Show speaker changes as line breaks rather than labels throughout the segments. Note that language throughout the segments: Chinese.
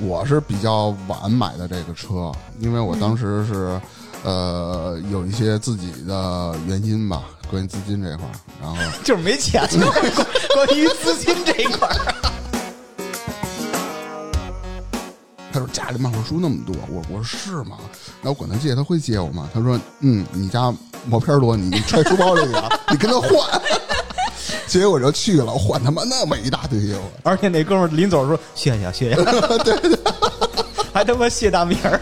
我是比较晚买的这个车，因为我当时是，呃，有一些自己的原因吧，关于资金这块儿，然后
就是没钱了。关关 于资金这一块儿，
他说家里漫画书那么多，我我说是吗？那我管他借，他会借我吗？他说嗯，你家毛片儿多，你揣书包里啊， 你跟他换。结果我就去了，换他妈那么一大堆我。
而且那哥们儿临走说：“谢谢谢谢。”对 对，还他妈谢大名 儿。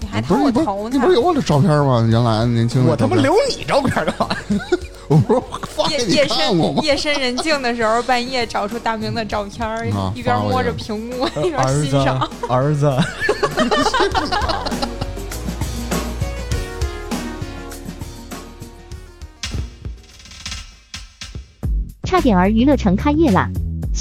你还
不是你
烫我
不是
头
你
呢
不？是有我的照片吗？原来年轻的
我他妈
照片
留你照片干嘛？
我不是发
夜
给你
夜
看过吗
深？夜深人静的时候，半夜找出大明的照片儿
啊，
一边
发过
摸
去
着
了
屏幕一边欣赏。，
儿子，
差点儿娱乐城开业啦！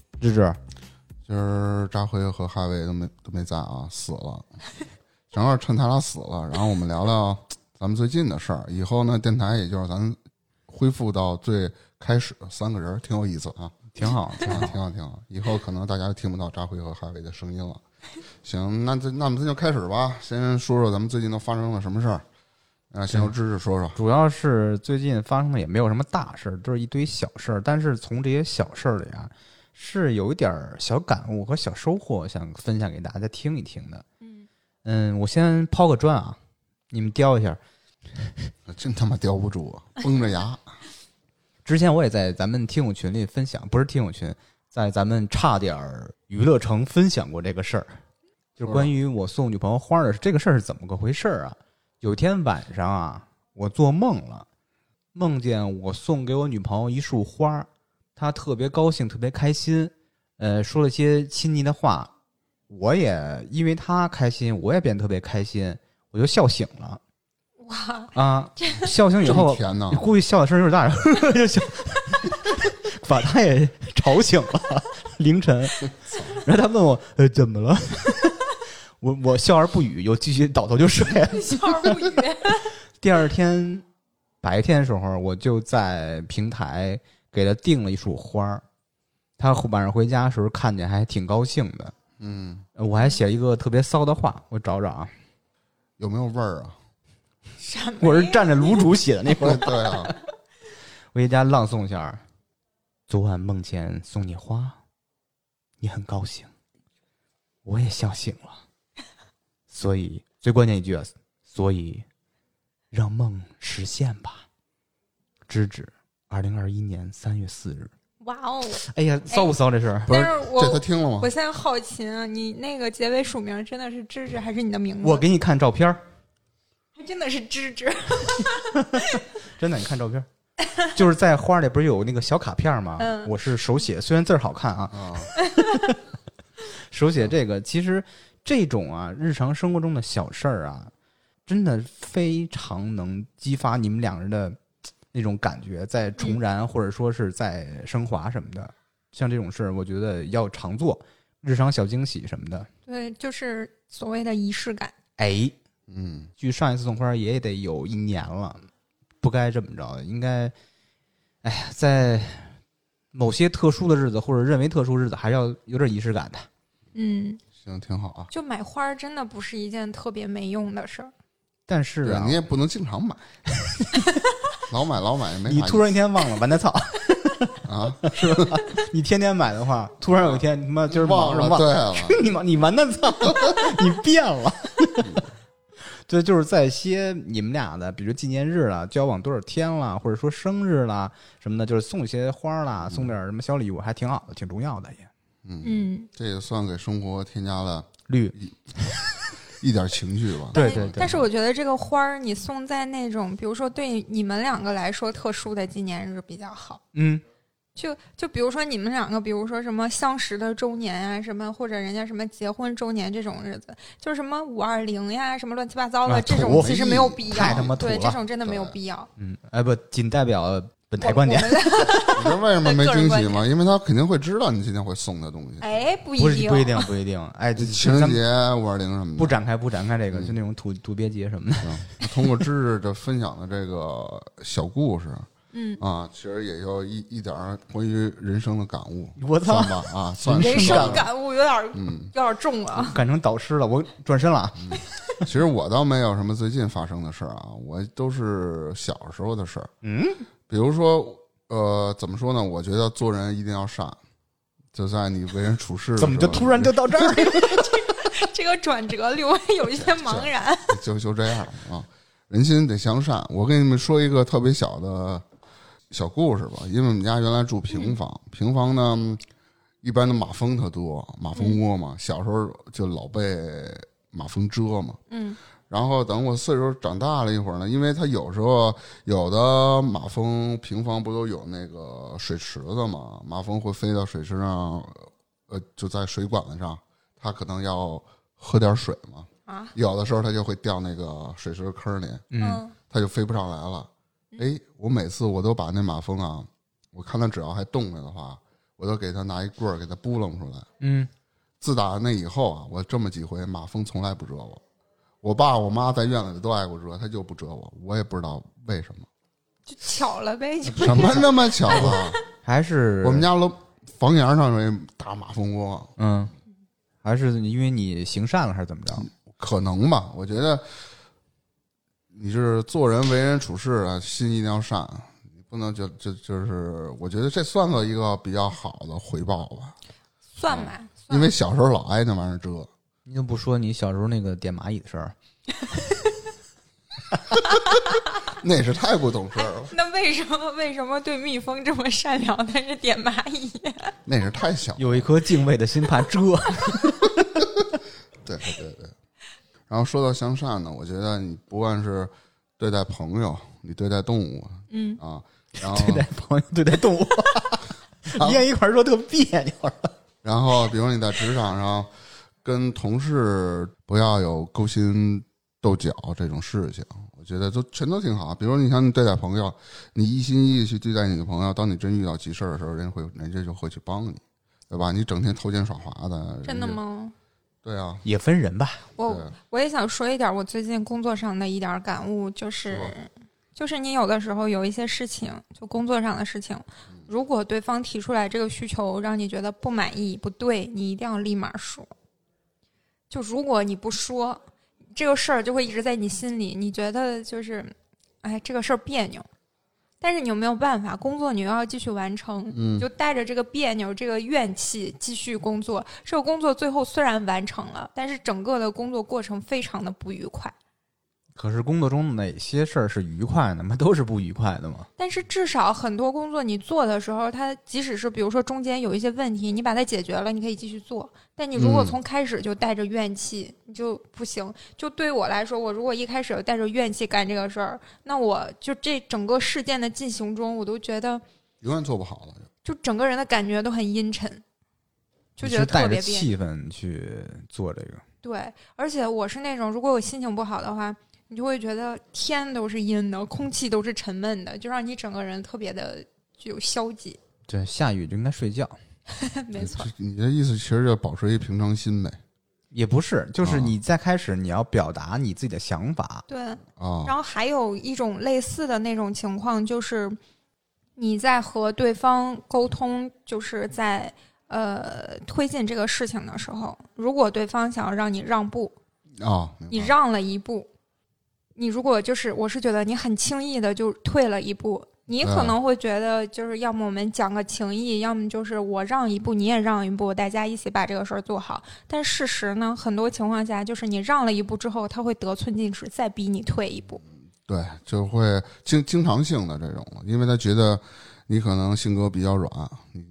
芝芝，
今儿扎辉和哈维都没都没在啊，死了。正好趁他俩死了，然后我们聊聊咱们最近的事儿。以后呢，电台也就是咱恢复到最开始三个人儿，挺有意思 啊，
挺好，挺
啊
好。
挺好挺好。以后可能大家就听不到扎辉和哈维的声音了。行，那这那我们这就开始吧，先说说咱们最近都发生了什么事儿。啊，先由芝芝说说。
主要是最近发生的也没有什么大事儿，就是一堆小事儿。但是从这些小事儿里啊，是有一点儿小感悟和小收获，想分享给大家听一听的。
嗯，
嗯，我先抛个砖啊，你们雕一下。
真他妈叼不住啊，绷着牙。
之前我也在咱们听友群里分享，不是听友群，在咱们差点儿娱乐城分享过这个事儿，就是关于我送女朋友花儿的事这个事儿是怎么个回事儿啊？有天晚上啊，我做梦了，梦见我送给我女朋友一束花儿，她特别高兴，特别开心，呃，说了一些亲昵的话，我也因为她开心，我也变得特别开心，我就笑醒了
哇，
啊，笑 醒以
这
后
么，甜呢
你？估计笑的声儿有点大， 就笑，把他也吵醒了，凌晨。然后他问我，呃，怎么了？ 我我笑而不语，又继续倒头就睡了。
笑而不语。
第二天白天的时候，我就在平台给他订了一束花儿。他晚上回家的时候看见，还挺高兴的。
嗯，
呃我还写了一个特别骚的话，我找找啊，
有没有味儿啊？
什么呀？
我是站着卤煮写的那会
对
儿。
对啊，
回家朗诵一下儿：昨晚梦见送你花，你很高兴，我也笑醒了。所以最关键一句啊，所以让梦实现吧。芝芝，二零二一年三月四日。
哇哦！
哎呀，骚不骚这是？
不是
但是
这他
我
听了吗
我？现在好奇啊，你那个结尾署名真的是芝芝还是你的名字？
我给你看照片儿，
还真的是芝芝。
真的，你看照片儿， 就是在花儿里不是有那个小卡片儿吗？
嗯
我是手写，虽然字儿好看啊，
啊，
手
嗯
写这个，其实这种啊，日常生活中的小事儿啊，真的非常能激发你们两人的嘖那种感觉，在
嗯
重燃或者说是在升华什么的。像这种事儿，我觉得要常做，日常小惊喜什么的。
对，就是所谓的仪式感。
哎，
嗯，
距上一次送花也得有一年了，不该这么着，应该，哎呀，在某些特殊的日子或者认为特殊日子，还是要有点仪式感的。
嗯，
行，挺好啊。
就买花儿真的不是一件特别没用的事儿。
但是
对
啊，
你也不能经常 买，老买老买也没啥
你
意思
突然一天忘 了，完蛋操！
啊，
你天天买的话，突然有一天你他妈今儿忙
忘
着
了
忘了，
对啊了，
你妈你完蛋操， 你变了。 对，就是在一些你们俩的，比如纪念日啦、交往多少天啦，或者说生日啦什么的，就是送一些花啦，送点什么小礼物，还挺好的，挺重要的也。
嗯，
嗯，
这也算给生活添加了
绿，
一点情绪 吧。
对
但
对对
但是我觉得这个花儿你送在那种，比如说对你们两个来说特殊的纪念日比较好。
嗯，
就就比如说你们两个，比如说什么相识的周年啊，什么或者人家什么结婚周年这种日子，就是什么五二零呀，什么乱七八糟的、
啊
这
土
种，其实没有必要。
太他妈土
对，这
了
种真的没有
对
必要。
嗯，哎，不，仅代表本台
我
观点，
我们
你知道为什么没
个人
惊喜
观
吗？因为他肯定会知道你今天会送的东西，
哎，不一
不是
定，
不一定不一定，哎， 这
情
咱
人
们
节、五二零什么的，
不展开不展开这个，
嗯
就那种土土鳖节 什么的，
行通过芝芝这分享的这个小故事
嗯，
啊，其实也就一一点儿关于人生的感悟，
我操
算吧啊，算是
人
是
生
的
感悟有点儿
嗯，
有点儿重了。
改成导师了，我转身了啊，
其实我倒没有什么最近发生的事儿啊，我都是小时候的事儿。
嗯，
比如说，呃，怎么说呢？我觉得做人一定要善，就在你为人处事的时候，
怎么就突然就到这儿？
这个转折令我有一些茫然。
就就这样啊？人心得向善。我给你们说一个特别小的小故事吧，因为我们家原来住平房，平房呢一般的马蜂特多，马蜂窝嘛，小时候就老被马蜂蛰嘛。
嗯
然后等我岁数长大了一会儿呢，因为它有时候有的马蜂平房不都有那个水池子嘛，马蜂会飞到水池上，呃，就在水管子上，它可能要喝点水嘛，
啊
有的时候它就会掉那个水池坑里，
嗯，
它就飞不上来了。哎，我每次我都把那马蜂啊，我看它只要还动着的话，我都给它拿一棍儿给它拨楞出来。
嗯，
自打那以后啊，我这么几回马蜂从来不蛰我。我爸我妈在院子里都爱给我蛰，它就不蛰我，我也不知道为什么。
就巧了呗，
嗯
就
什么那么巧啊？
还是
我们家楼房檐上有一大马蜂窝，
嗯，还是因为你行善了，还是怎么
嗯
着？
可能吧？我觉得你是做人为人处事啊，心一定要善，你不能就就就是，我觉得这算作一个比较好的回报吧。
算吧。
因
算吧
为小时候老挨那玩意儿蛰，
你怎么不说你小时候那个点蚂蚁的事儿？
那是太不懂事儿了，
那为什么为什么对蜜蜂这么善良，但是点蚂蚁？
那是太小了。
有一颗敬畏的心，怕 蛰。
对对对。 然后说到向善呢，我觉得你不管是对待朋友，你对待动物
嗯，
啊，然后
对待朋友，对待动物，你俩一块儿说特别扭。
然后比如你在职场上跟同事不要有勾心斗角这种事情，我觉得都全都挺好。比如你像你对待朋友，你一心一意去对待你的朋友，当你真遇到急事儿的时候，人家会人家就会去帮你，对吧？你整天偷奸耍滑的，
真的
人家？
吗？哦
对啊，
也分人吧，
对
我我也想说一点我最近工作上的一点感悟，就是
说
就是你有的时候有一些事情，就工作上的事情，
嗯
如果对方提出来这个需求让你觉得不满意、不对，你一定要立马说。就如果你不说，这个事儿就会一直在你心里，你觉得就是，哎，这个事儿别扭。但是你又没有办法，工作你又要继续完成，
嗯
你就带着这个别扭、这个怨气继续工作。这个工作最后虽然完成了，但是整个的工作过程非常的不愉快。
可是工作中哪些事儿是愉快的？那都是不愉快的嘛。
但是至少很多工作你做的时候，它即使是比如说中间有一些问题，你把它解决了，你可以继续做。但你如果
嗯
从开始就带着怨气，你就不行。就对我来说，我如果一开始有带着怨气干这个事儿，那我就这整个事件的进行中，我都觉得
永远做不好了。
就整个人的感觉都很阴沉，就
你
觉得
是带着
特别别扭。
气氛去做这个，
对，而且我是那种，如果我心情不好的话，你就会觉得天都是阴的，空气都是沉闷的，就让你整个人特别的具有消极。
对，下雨就应该睡觉，
没错，
这你这意思其实就保持一平常心呗
也不是，就是
啊
你在开始你要表达你自己的想法，
对。
啊。
然后还有一种类似的那种情况，就是你在和对方沟通，就是在呃推进这个事情的时候，如果对方想要让你让步，
啊，
你
明白
让了一步，你如果就是我是觉得你很轻易的就退了一步，你可能会觉得就是要么我们讲个情义，要么就是我让一步你也让一步，大家一起把这个事儿做好。但事实呢，很多情况下就是你让了一步之后，他会得寸进尺，再逼你退一步。
对，就会经经常性的这种了，因为他觉得你可能性格比较软，你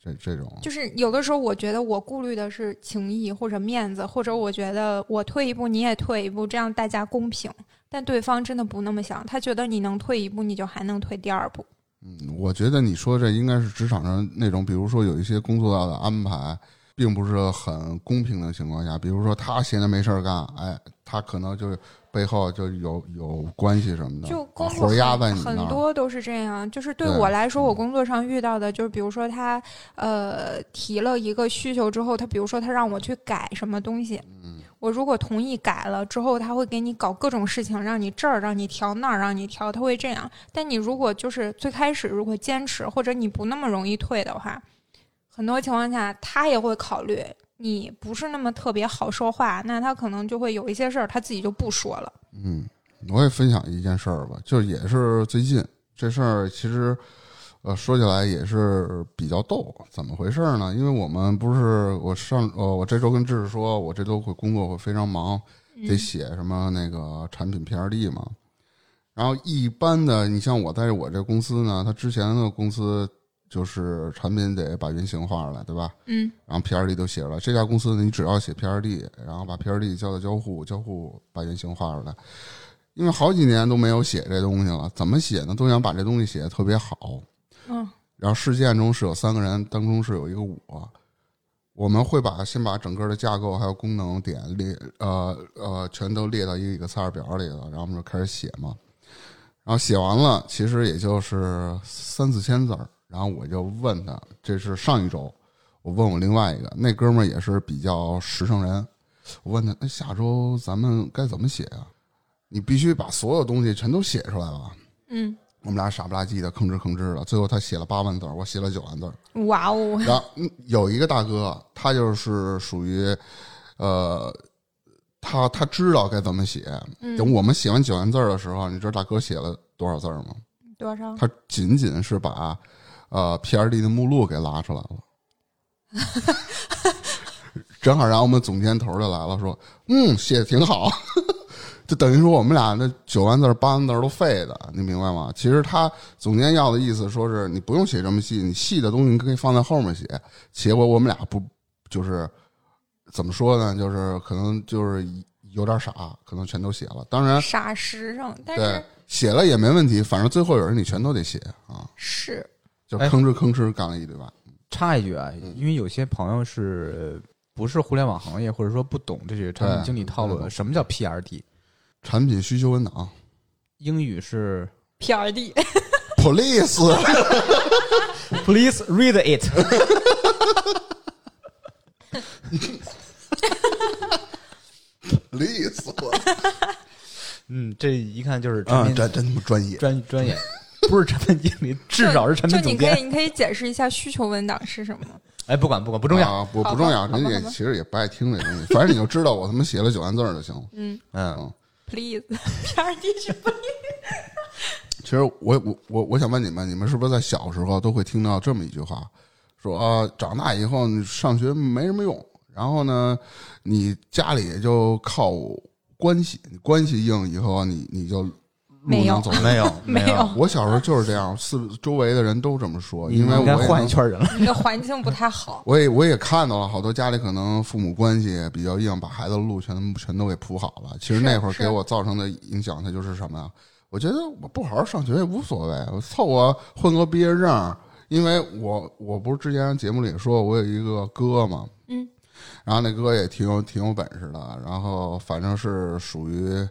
这这种
就是有的时候，我觉得我顾虑的是情谊或者面子，或者我觉得我退一步你也退一步，这样大家公平。但对方真的不那么想，他觉得你能退一步，你就还能退第二步。
嗯，我觉得你说这应该是职场上那种，比如说有一些工作到的安排，并不是很公平的情况下，比如说他闲着没事儿干，哎，他可能就背后就有有关系什么的，
就
把
工
啊活
作
儿压在
很
你那儿。
很多都是这样，就是对
对
我来说，
嗯
我工作上遇到的，就是比如说他呃提了一个需求之后，他比如说他让我去改什么东西，
嗯
我如果同意改了之后，他会给你搞各种事情，让你这儿让你调那儿让你调，他会这样。但你如果就是最开始如果坚持，或者你不那么容易退的话，很多情况下他也会考虑你不是那么特别好说话，那他可能就会有一些事儿他自己就不说了。
嗯，我也分享一件事儿吧，就是也是最近这事儿，其实呃说起来也是比较逗，怎么回事儿呢？因为我们不是我上呃我这周跟志志说，我这周会工作会非常忙，
嗯
得写什么那个产品 PRD 嘛。然后一般的，你像我在我这公司呢，它之前的公司就是产品得把原型画出来，对吧？
嗯
然后 PRD 都写了。这家公司呢，你只要写 PRD，然后把 PRD 交到交互，交互把原型画出来。因为好几年都没有写这东西了，怎么写呢？都想把这东西写得特别好。
嗯
然后事件中是有三个人，当中是有一个我。我们会把先把整个的架构还有功能点列，呃呃，全都列到一个 Excel 表里了，然后我们就开始写嘛。然后写完了，其实也就是三四千字儿。然后我就问他，这是上一周，我问我另外一个那哥们儿也是比较实诚人，我问他，那下周咱们该怎么写啊？你必须把所有东西全都写出来吧。
嗯，
我们俩傻不拉几的吭哧吭哧的，最后他写了八万字儿，我写了九万字儿。
哇哦，
然后嗯有一个大哥，啊他就是属于，呃，他他知道该怎么写。等
嗯，
我们写完九万字儿的时候，你知道大哥写了多少字儿吗？
多少？
他仅仅是把呃 PRD 的目录给拉出来了。正好，然后我们总监头就来了，说：“嗯，写的挺好。” 就等于说我们俩那九万字儿、八万字儿都废的，你明白吗？其实他总监要的意思说是你不用写这么细，你细的东西你可以放在后面写。结果我们俩不就是怎么说呢？就是可能就是有点傻，可能全都写了。当然，
傻实诚，但
对
是
写了也没问题，反正最后有人你全都得写啊。
是
就
哎
吭哧吭哧干了一对吧？
插一句啊，
嗯
因为有些朋友是呃不是互联网行业，或者说不懂这些产品
对
经理套
不
路的，
懂
什么叫 PRD？
产品需求文档
英语是
PRD，
，police，
Please read it
累死我！
嗯，这一看就是产
啊，
品
真真他妈专业。
专专业，不是产品经理，至少是产
就
品
你
总
可
监。
以，你可以解释一下需求文档是什么吗？
哎，不管不管，不重要。
啊，不
好吧
不重要，
好吧
人家也
好吧
其实也不爱听这东西，反正你就知道我他妈写了九万字儿就行了。
嗯
嗯，
，please，PRD 是不
其实我我我我想问你们，你们是不是在小时候都会听到这么一句话，说啊，长大以后你上学没什么用，然后呢，你家里就靠关系，你关系硬以后你你就路
没有
能走得
没有
没有
有，
我小时候就是这样，四周围的人都这么说，
你
因为
应
我
该
也
换一
能
圈人了。
你的环境不太好。
我也我也看到了好多家里可能父母关系比较硬，把孩子的路全全都给铺好 了。其实
是
那会儿
是
给我造成的影响，它就是什么呀？我觉得我不好好上学也无所谓，我凑合混个毕业证。因为我我不是之前节目里也说，我有一个哥嘛，
嗯，
然后那哥也挺有挺有本事的，然后反正是属于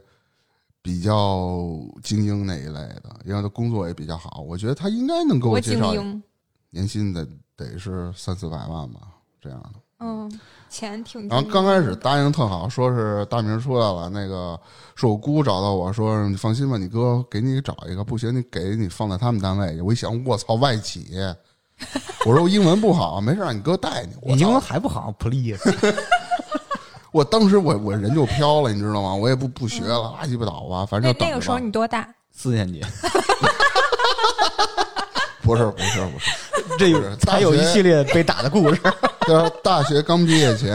比较精英那一类的，因为他工作也比较好，我觉得他应该能给
我
介
精
绍
英，
年薪得得是三四百万吧，这样的。
嗯，钱挺。
然后刚开始，答应特好，说是大明出来了，那个是我姑找到我说，你放心吧，你哥给你找一个，不行你给你放在他们单位去。我一想，我操，外企， 我说我英文不好，没事儿，你哥带你。 我
你英
操，
文还不好，please。
我当时我我人就飘了，你知道吗？我也不不学了，拉鸡巴倒吧，反正
那
就等
嗯那
着吧。
个时候你多大？
四年级，
不是不是不是，
这有
是大
还有一
学
系列被打的故事。
就是大学刚毕业前，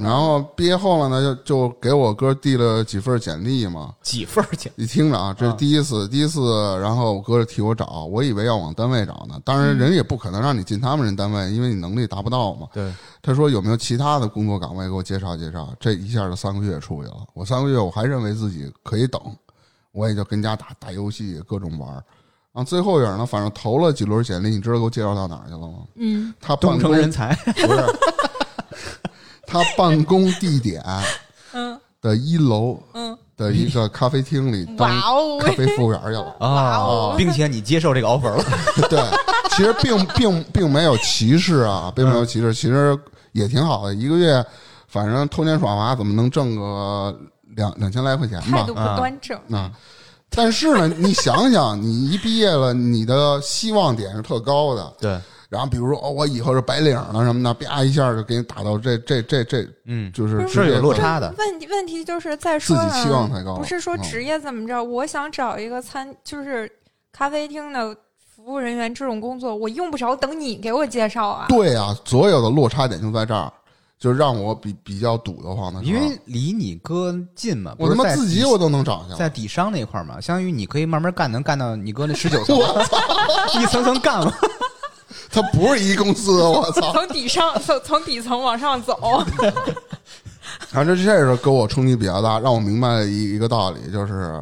然后毕业后了呢，就就给我哥递了几份简历嘛。
几份儿钱？
你听着啊，这是第一次，第一次，然后我哥就替我找，我以为要往单位找呢。当
嗯
然，人也不可能让你进他们人单位，因为你能力达不到嘛。
对，
他说有没有其他的工作岗位给我介绍介绍？这一下就三个月出去了。我三个月我还认为自己可以等，我也就跟家打打游戏，各种玩儿啊，最后一人呢，反正投了几轮简历，你知道给我介绍到哪儿去了吗？
嗯，
他办公
东城人 才，
不是，他办公地点
嗯
的一楼
嗯，
的一个咖啡厅里当
哇哦
咖，啡服务员去了。
哇
啊
哦，
并且你接受这个 offer 了，
对，其实并并并没有歧视啊，并没有歧视，其实也挺好的。一个月，反正偷奸耍滑，怎么能挣个两两千来块钱
态
吧
度？不
啊
端正，
啊，但是呢，你想想，你一毕业了，你的希望点是特高的。
对，
然后比如说，哦，我以后是白领了什么的，啪一下就给你打到这这这这，
嗯，
就是
不是
直接
是有落差的，
问题问题就是在
自
说
己
呢
期望太高了，
不是说
嗯
职业怎么着，我想找一个餐就是咖啡厅的服务人员这种工作，我用不着等你给我介绍啊。
对啊，所有的落差点就在这儿，就让我比比较堵得慌的时
因
候。
为离你哥近嘛，
我
不
他
是
妈
在
自己我都能找去
在
了，
底商那块儿嘛，相当于你可以慢慢干，能干到你哥那十九层， 一层层干嘛。
他不是一公司，我操！
从底上从从底层往上走，
反正这事儿给我冲击比较大，让我明白了一一个道理，就是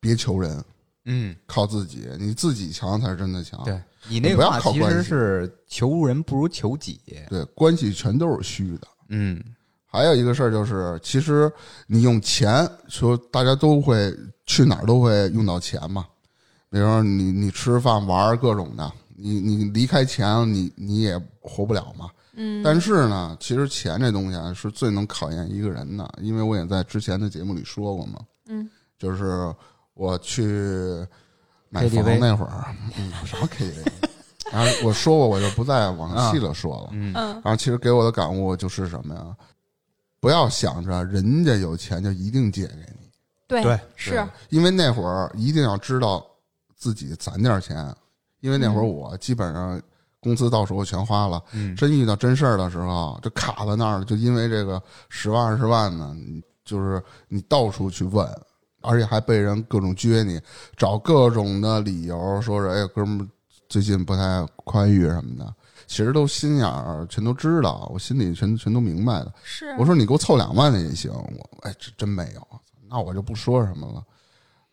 别求人，
嗯，
靠自己，你自己强才是真的强。
对你那
不
个
要
话
靠
其
关
实
系
是求人不如求己。
对关系全都是虚的。
嗯，
还有一个事儿就是，其实你用钱，说大家都会去哪儿都会用到钱嘛。比如说你你吃饭玩儿各种的，你你离开钱，你你也活不了嘛。
嗯，
但是呢，其实钱这东西啊，是最能考验一个人的，因为我也在之前的节目里说过嘛。
嗯，
就是我去买
KTV
房那会儿，嗯，什么 KTV，然后 我说过，我就不再往细了说了。
嗯
然啊后其实给我的感悟就是什么呀？不要想着人家有钱就一定借给你，
对
对
是
因为那会儿一定要知道自己攒点钱，因为那会儿我基本上工资到手我全花了，
嗯
真遇到真事儿的时候就卡在那儿了，就因为这个十万二十万呢，你就是你到处去问。而且还被人各种撅你，找各种的理由，说是哎呀哥们儿最近不太宽裕什么的，其实都心眼儿全都知道，我心里全全都明白的。
是
我，说你给我凑两万的也行，我哎这真没有，那我就不说什么了。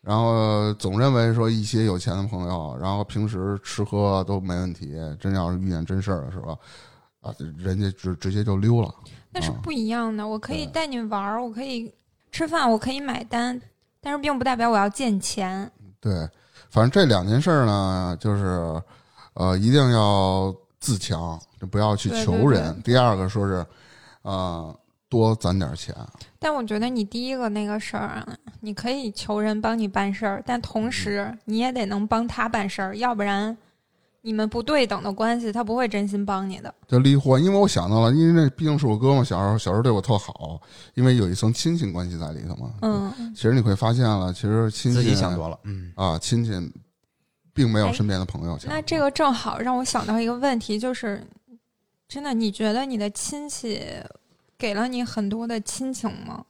然后总认为说一些有钱的朋友，然后平时吃喝都没问题，真要是遇见真事儿的时候，啊，人家直直接就溜了。
那是
啊
不一样的。我可以
对
带你玩儿，我可以吃饭，我可以买单，但是并不代表我要见钱。
对，反正这两件事儿呢，就是呃，一定要自强，就不要去
对对
求
对
人。第二个说是，呃，多攒点钱，
但我觉得你第一个那个事儿啊，你可以求人帮你办事儿，但
嗯
同时你也得能帮他办事儿，要不然你们不对等的关系，他不会真心帮你的。
就离婚，因为我想到了，因为那毕竟是我哥嘛，小时候小时候对我特好，因为有一层亲情关系在里头嘛。，
嗯，
其实你会发现了，其实亲戚
自己想多了。嗯，
啊，亲戚并没有身边的朋友强。
哎
那这个正好让我想到一个问题，就是真的，你觉得你的亲戚给了你很多的亲情吗？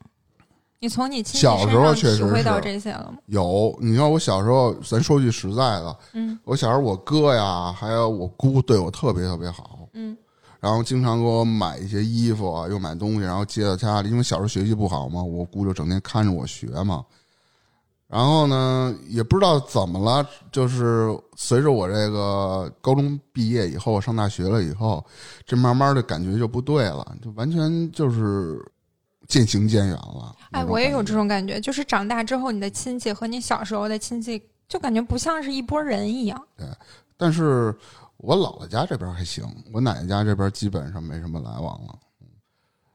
你从你亲戚
小时
身
候
上
确实
体会到
是
这些了吗？
有，你看我小时候，咱说句实在的，
嗯
我小时候我哥呀，还有我姑对我特别特别好，
嗯
然后经常给我买一些衣服啊，又买东西，然后接到家里，因为小时候学习不好嘛，我姑就整天看着我学嘛。然后呢，也不知道怎么了，就是随着我这个高中毕业以后，上大学了以后，这慢慢的感觉就不对了，就完全就是渐行渐远了。
哎，
那种
我也有
感觉
这种感觉，就是长大之后，你的亲戚和你小时候的亲戚，就感觉不像是一拨人一样。
但是我姥姥家这边还行，我奶奶家这边基本上没什么来往了。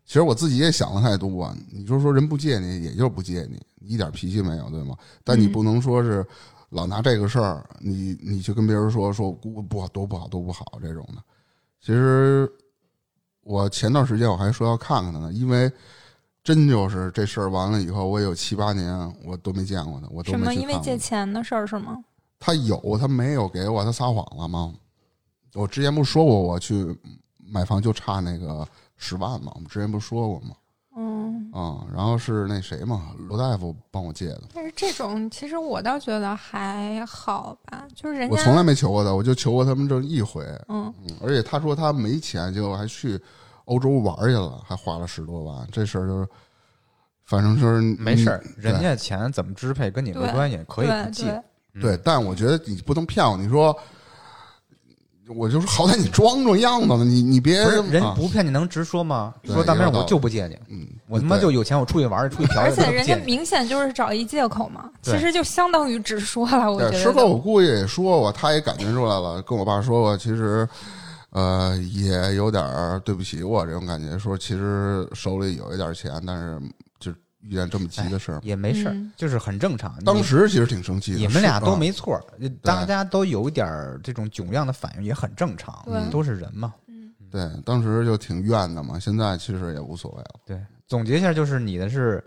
其实我自己也想了太多啊，你就说人不借你，也就是不借你，一点脾气没有，对吗？但你
嗯
不能说是老拿这个事儿，你你去跟别人说说姑不好，多不好，多不好这种的。其实我前段时间我还说要看看他呢，因为真就是这事儿完了以后，我有七八年我都没见过他，我都
什么？
没去
因为
看过
借钱的事儿是吗？
他有，他没有给我，他撒谎了吗？我之前不是说过我去买房就差那个十万吗？我们之前不是说过吗？
嗯，
啊、然后是那谁嘛，罗大夫帮我借的，
但是这种其实我倒觉得还好吧，就是人
我从来
家
没求过他，我就求过他们这一回。
嗯，
嗯，而且他说他没钱，结果还去欧洲玩去了，还花了十多万，这事儿就是，反正就是
没事儿
你，
嗯人家钱怎么支配跟你没
对
关系，可以不
对
借
对。
嗯
对，但我觉得你不能骗我，你说，我就说好歹你装装样子嘛，你你别
不是人
啊
不骗你能直说吗？
对
说大明儿
有道
我
理
就不借你，
嗯，
我他妈
对
就有钱，我出去玩儿去，出去嫖
而
去，
且
我就不
人
借
家
你。
明显就是找一借口嘛，
对
其实就相当于直说了，我觉
对，事后
得。
我估计也说过，他也感觉出来了，跟我爸说过，其实，呃，也有点儿对不起我这种感觉，说其实手里有一点钱，但是就遇见这么急
哎
的事儿，
也没事儿
嗯，
就是很正常。
当
你
时其实挺生气的。
你们俩
是
都
啊
没错儿，呃大家都有一点儿这种窘样的反应，也很正常
对，
都是人嘛。
嗯，
对，当时就挺怨的嘛，现在其实也无所谓了。
对，总结一下就是你的是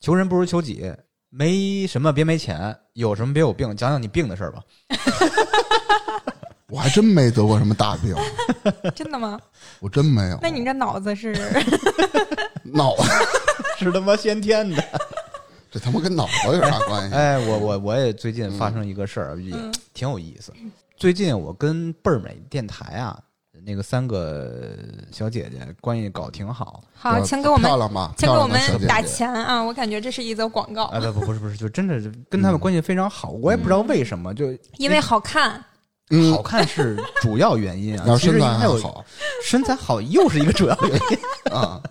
求人不如求己，没什么别没钱，有什么别有病，讲讲你病的事儿 吧。
我还真没得过什么大病，
真的吗？
我真没有。
那你这脑子是
脑
是他妈先天 的。
这他妈跟脑子有啥关系？
哎，我我我也最近发生一个事儿，也
嗯
挺有意思。最近我跟倍儿美电台啊，那个三个小姐姐关系搞挺好
好，请给我们
漂，亮吧，
请给我
漂亮吧小
们
姐姐
打钱啊！我感觉这是一则广告
啊，，不不不是不是，就真的是跟
嗯
他们关系非常好。我也不知道为什么，就
因
哎
为好看，
嗯，
好看是主要 原因
然
啊，
后
其实
身
应
材
该
还
有
好
身材好又是一个主要原 因，
啊，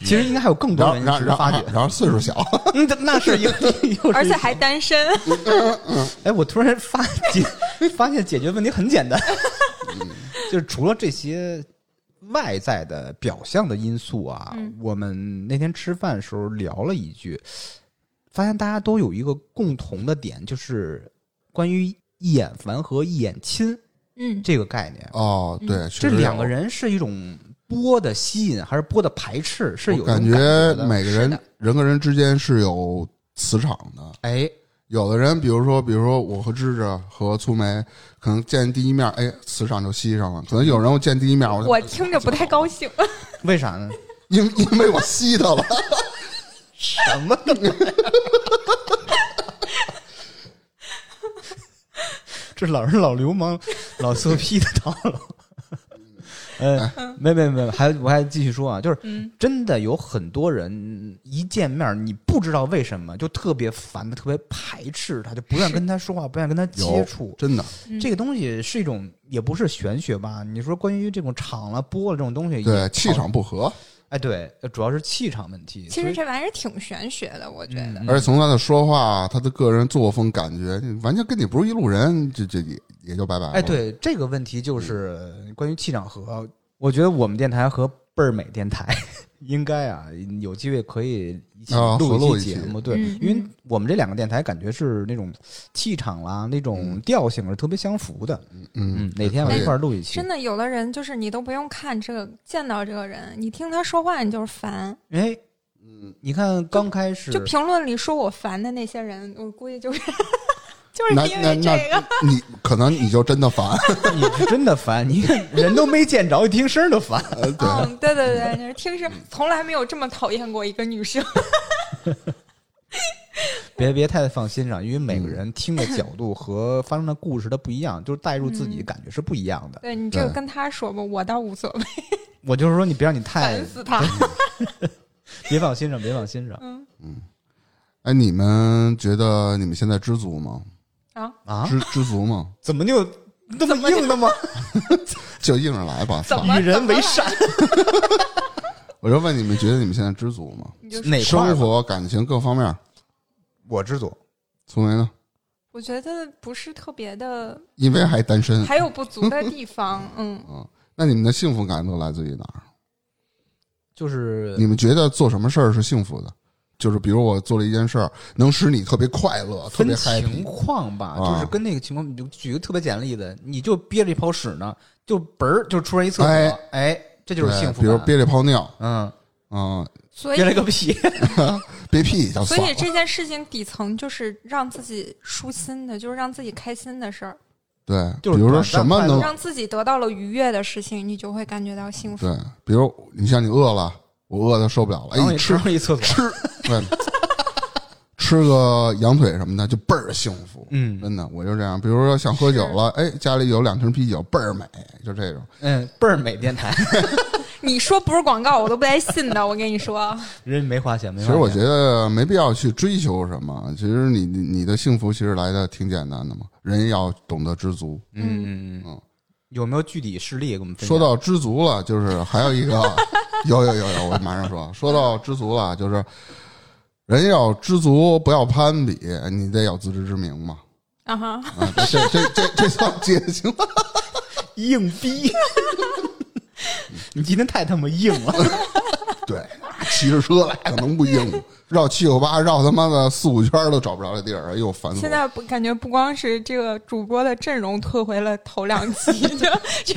其实应该还有更
然
多
后
原
然后
因值
然
得发
后
掘。
然后岁数小，
嗯，那是 一个，又
而
是一
且
个
还单身，
哎，我突然发解发现解 决问题很简单，就是除了这些外在的表象的因素啊，
嗯
我们那天吃饭的时候聊了一句，发现大家都有一个共同的点，就是关于一眼烦和一眼亲
嗯，
这个概念。
哦，对，确
这
实
两
有
个人是一种波的吸引还是波的排斥，是有
我感
觉的
每个
是
人
的
人跟人之间是有磁场的。
哎，
有的人，比如说，比如说我和芝芝和粗梅，可能见第一面，哎，磁场就吸上了。可能有人我见第一面，我
我听着不太高兴。
为啥呢？
因因为 我吸他了。
什么 都没有？这老人老流氓老色批的套路。呃，没没没，还我还继续说啊，就是
嗯
真的有很多人一见面，你不知道为什么就特别烦他，特别排斥他，就不愿跟他说话，不愿跟他接
有
触。
真 的，
嗯
这个东西是一种，也不是玄学吧？你说关于这种场了、波了啊这种东西，
对
也，
气场不合。
哎，对，主要是气场问题。
其
所
实
以
这玩意儿挺玄学的，我觉得。
嗯
而且从他的说话，他的个人作风感觉，完全跟你不是一路人，这这也也就拜拜了。
哎，，对这个问题就是关于气场和，我觉得我们电台和倍儿美电台 应该啊有机会可以一起
啊合
录
录
一
一
期节
期
目，对
嗯，
因为
嗯
我们这两个电台感觉是那种气场啦、那种调性是特别相符的，
嗯
嗯，，哪天我
可
们
以
一块儿录一期
真，的，有的人就是你都不用看这个，见到这个人，你听他说话你就是烦。
哎，
嗯
你看刚开始
就评论里说我烦的那些人，我估计就是 就是
那
因
那
为
那
这个。
你可能你就真的烦，
你是真的烦，你看人都没见着，一听声儿就烦，
嗯，对对对，就是听是从来没有这么讨厌过一个女生。
别别太放心上，因为每个人听的角度和发生的故事它不一样，就是带入自
嗯
己的感觉是不一样的。
对你这个
对
跟他说吧，我倒无所谓，
我就是说，你别让你太
哎
烦死他。
别往心上，别往心上
嗯
哎，你们觉得你们现在知足吗？
啊，
啊！
知知足吗？
怎么就那么硬的吗？
就硬着来吧。
怎
操
么
与人为善，
我就问你们，觉得你们现在知足吗？
你就
哪块儿
生活、感情各方面，
我知足，
聪明呢？
我觉得不是特别的，
因为还单身，
还有不足的地方。嗯，
那你们的幸福感都来自于哪儿？
就是
你们觉得做什么事儿是幸福的？就是比如我做了一件事儿，能使你特别快乐，特
分
别
情
happy。
况吧，
啊
就是跟那个情况，你就举个特别简单的例子，你就憋着一泡屎呢，就嘣儿就出来一厕
哎
所，哎，这就是幸
对比
福感。
如哎憋了泡尿，
嗯，
嗯，
所
憋了
以
个屁，
憋屁也叫
所
爽
以
了。
这件事情底层就是让自己舒心的，就是让自己开心的事儿，
对，
就是
比如说
短暂
什么
快乐
能
让自己得到了愉悦的事情，你就会感觉到幸福。
对，比如你像你饿了，我饿的受不了了，
然后
哎，
你
你吃
出来一厕所，
吃，对，吃个羊腿什么的就倍儿幸福。
嗯
真的，我就这样。比如说想喝酒了，哎，家里有两瓶啤酒，倍儿美，就这种。
嗯，倍儿美电台，
你说不是广告，我都不带信的。我跟你说，
人家没花钱，没
其
花钱。
实我觉得没必要去追求什么，其实你你你的幸福其实来的挺简单的嘛，人要懂得知足。
嗯，嗯嗯
嗯，
有没有具体事例给我们分享
说到知足了，就是还有一 个，有有有有，我马上说。说到知足了，就是人要知足，不要攀比，你得有自知之明嘛。
啊哈，
啊，这这这这算 解行了。
硬逼？ 你今天太他妈硬了！
对，骑着车来可能不硬吗，绕七九八绕他妈的四五圈都找不着这地儿，哎呦烦死我
现
了。
在不感觉不光是这个主播的阵容退回了头两集，就 这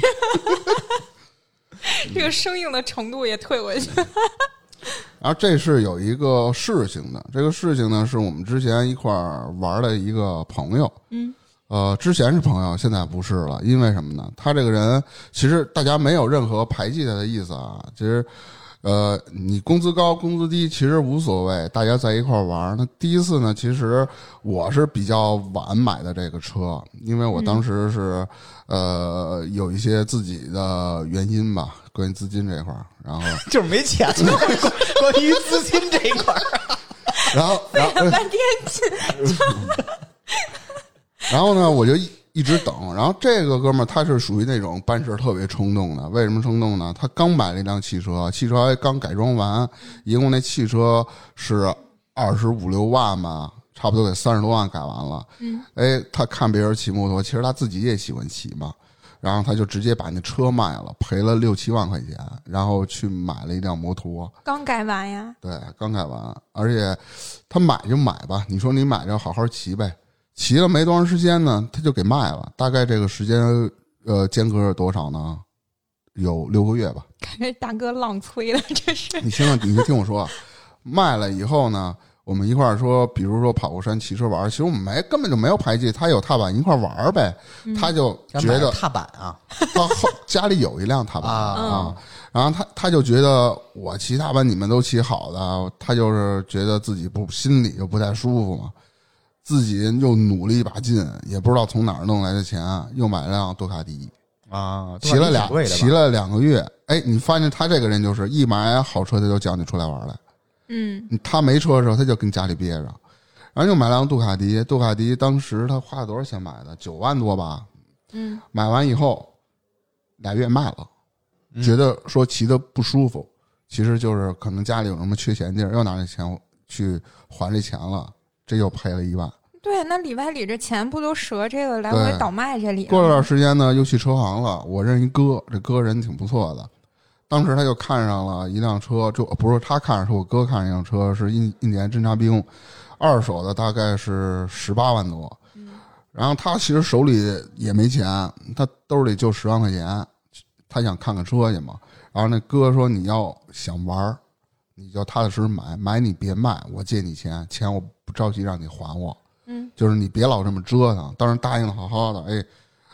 这个生硬的程度也退回去了。
然后这是有一个事情的，这个事情呢是我们之前一块儿玩的一个朋友，
嗯，
呃，之前是朋友，现在不是了，因为什么呢？他这个人其实大家没有任何排挤他的意思啊，其实。呃，你工资高工资低其实无所谓，大家在一块儿玩儿。那第一次呢，其实我是比较晚买的这个车，因为我当时是、呃有一些自己的原因吧，关于资金这块儿。然后，
就是没钱， 关关于资金这一 块儿，
然后，然后，
半天
然后呢，我就一一直等。然后这个哥们儿他是属于那种办事特别冲动的。为什么冲动呢？他刚买了一辆汽车，汽车还刚改装完，一共那汽车是二十五六万吧，差不多得三十多万改完了。嗯，哎，他看别人骑摩托，其实他自己也喜欢骑嘛。然后他就直接把那车卖了，赔了六七万块钱，然后去买了一辆摩托。
刚改完呀，
对，刚改完，而且他买就买吧，你说你买着好好骑呗，骑了没多长时间呢，他就给卖了，大概这个时间呃间隔是多少呢？有六个月吧。
感觉大哥浪催了，这是
你听，你就听我说，啊，卖了以后呢，我们一块儿说，比如说跑过山、骑车玩儿，其实我们没根本就没有排挤，他有踏板一块儿玩儿呗，他就觉
买
得
踏板啊
他后家里有一辆踏板
啊
啊，然后他他就觉得我骑踏板你们都骑好的，他就是觉得自己不心里就不太舒服嘛，自己又努力一把劲，也不知道从哪儿弄来的钱，又买了辆杜卡迪，
啊！
骑了
多少
两
挺贵的吧
骑了两个月，哎，你发现他这个人就是一买好车他就叫你出来玩来，
嗯，
他没车的时候他就跟家里憋着，然后又买辆杜卡迪，杜卡迪当时他花了多少钱买的？九万多吧，
嗯，
买完以后俩月卖了，
嗯
觉得说骑的不舒服，其实就是可能家里有什么缺钱地儿，又拿这钱去还这钱了，这又赔了一万。
对，那里外里这钱不都折这个来回
对
倒卖这里了
过了
吗？
段时间呢，又去车行了，我认一哥，这哥人挺不错的。当时他就看上了一辆车，就不是他看上，是我哥看上一辆车，是印印年侦察兵，二手的大概是十八万多。然后他其实手里也没钱，他兜里就十万块钱，他想看看车去嘛。然后那哥说：“你要想玩儿，你就踏踏实实买，买你别卖，我借你钱，钱我不着急让你还我。
嗯，
就是你别老这么折腾。当时答应的好好的，哎，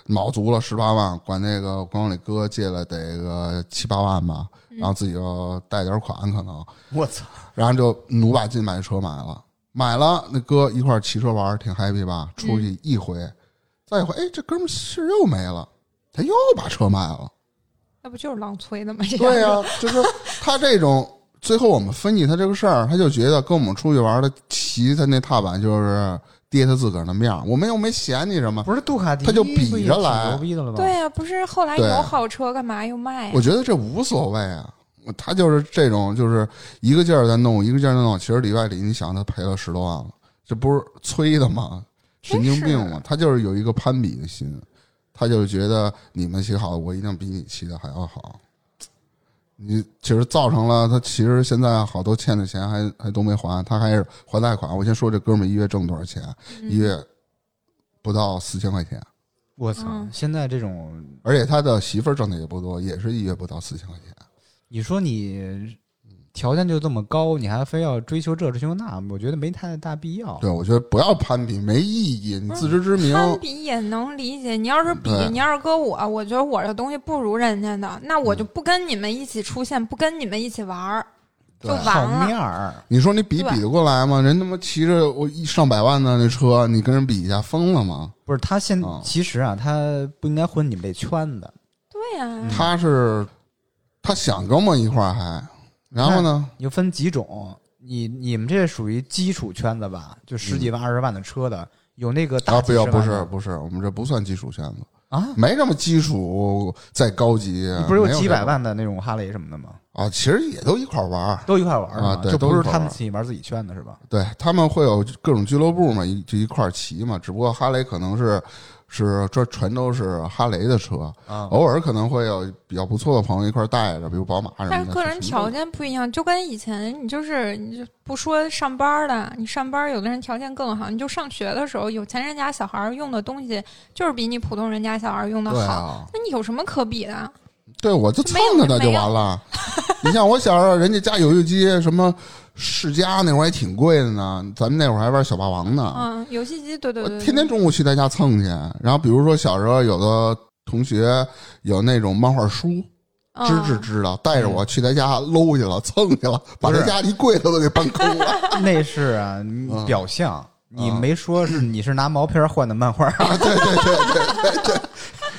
卯足了十八万，管那个管我那哥借了得个七八万吧，
嗯
然后自己又贷点款可能，
我操！
然后就努把劲把车买了，买了那哥一块儿骑车玩儿挺 happy 吧，
嗯
出去一回，再一回，哎，这哥们儿信儿又没了，他又把车卖了。
那不就是浪催的吗？这
对啊呀、
呀、
就是他这种，最后我们分析他这个事儿，他就觉得跟我们出去玩的骑他那踏板就是跌他自个儿的面儿，我们又没嫌你什么。
不是杜卡迪，
啊他就比着来
牛逼的了吧？
对，呀、不是后来
对
有好车，干嘛又哎卖呀啊
我？觉得这无所谓啊，我他就是这种，就是一个劲儿在弄，一个劲儿在弄。其实里外里，你想他赔了十多万了，这不是催的吗？神经病嘛！他就是有一个攀比的心，他就是觉得你们骑好，我一定比你骑的还要好。你其实造成了他，其实现在好多欠的钱还还都没还，他还是还贷款。我先说这哥们儿一月挣多少钱？一月不到四千块钱，
我操！
嗯
现在这种，
而且他的媳妇儿挣的也不多，也是一月不到四千块钱。
你说你条件就这么高，你还非要追求这追求那，我觉得没太大必要。
对，我觉得不要攀比，没意义。你
不是
自知之明，
嗯
攀比也能理解，你要是比，
对
你要是搁我，我觉得我这东西不如人家的，那我就
嗯
不跟你们一起出现，不跟你们一起玩儿，就
对
完
好
了
面。儿，
你说你比
对
比得过来吗？人他妈骑着我一上百万的那车，你跟人比一下，疯了吗？
不是他现
嗯嗯
其实啊，他不应该混你们这圈子。
对呀、
他是他想跟我一块儿嗨，然后呢，
又分几种。你你们这属于基础圈子吧？就十几万、二十万的车的，有那个大
嗯啊
几
不
十
要
万
不
的
是不是，我们这不算基础圈子，
啊，
没这么基础再高级，
你不是有
啊没有
几
这
百
个
万的那种哈雷什么的吗？
啊？其实也都一块儿玩儿，
都一块玩儿
啊
嘛
对
就
都
不是
一块
他们
玩儿
自己玩自己圈的是吧？
对他们会有各种俱乐部嘛，一就一块儿骑嘛。只不过哈雷可能是是这全都是哈雷的车，
啊，
偶尔可能会有比较不错的朋友一块儿带着，比如宝马什么的。
但是个人
去什么
条件不一样，就跟以前你就是你就不说上班儿的，你上班儿有的人条件更好，你就上学的时候，有钱人家小孩儿用的东西就是比你普通人家小孩儿用的
对
好，
啊，
那你有什么可比的？
对我就蹭着它就完了。 你像我小时候，人家家有游戏机，什么世嘉那会儿还挺贵的呢，咱们那会儿还玩小霸王呢。
嗯，游戏机，对对
我
对，对
天天中午去他家蹭去，然后比如说小时候有的同学有那种漫画书，
嗯
知知，知道，带着我去他家搂去了，蹭去了，把他家一柜子都给搬空了。
那是啊，你
嗯
表象。你
嗯
没说是你是拿毛片换的漫画，
啊对对对对，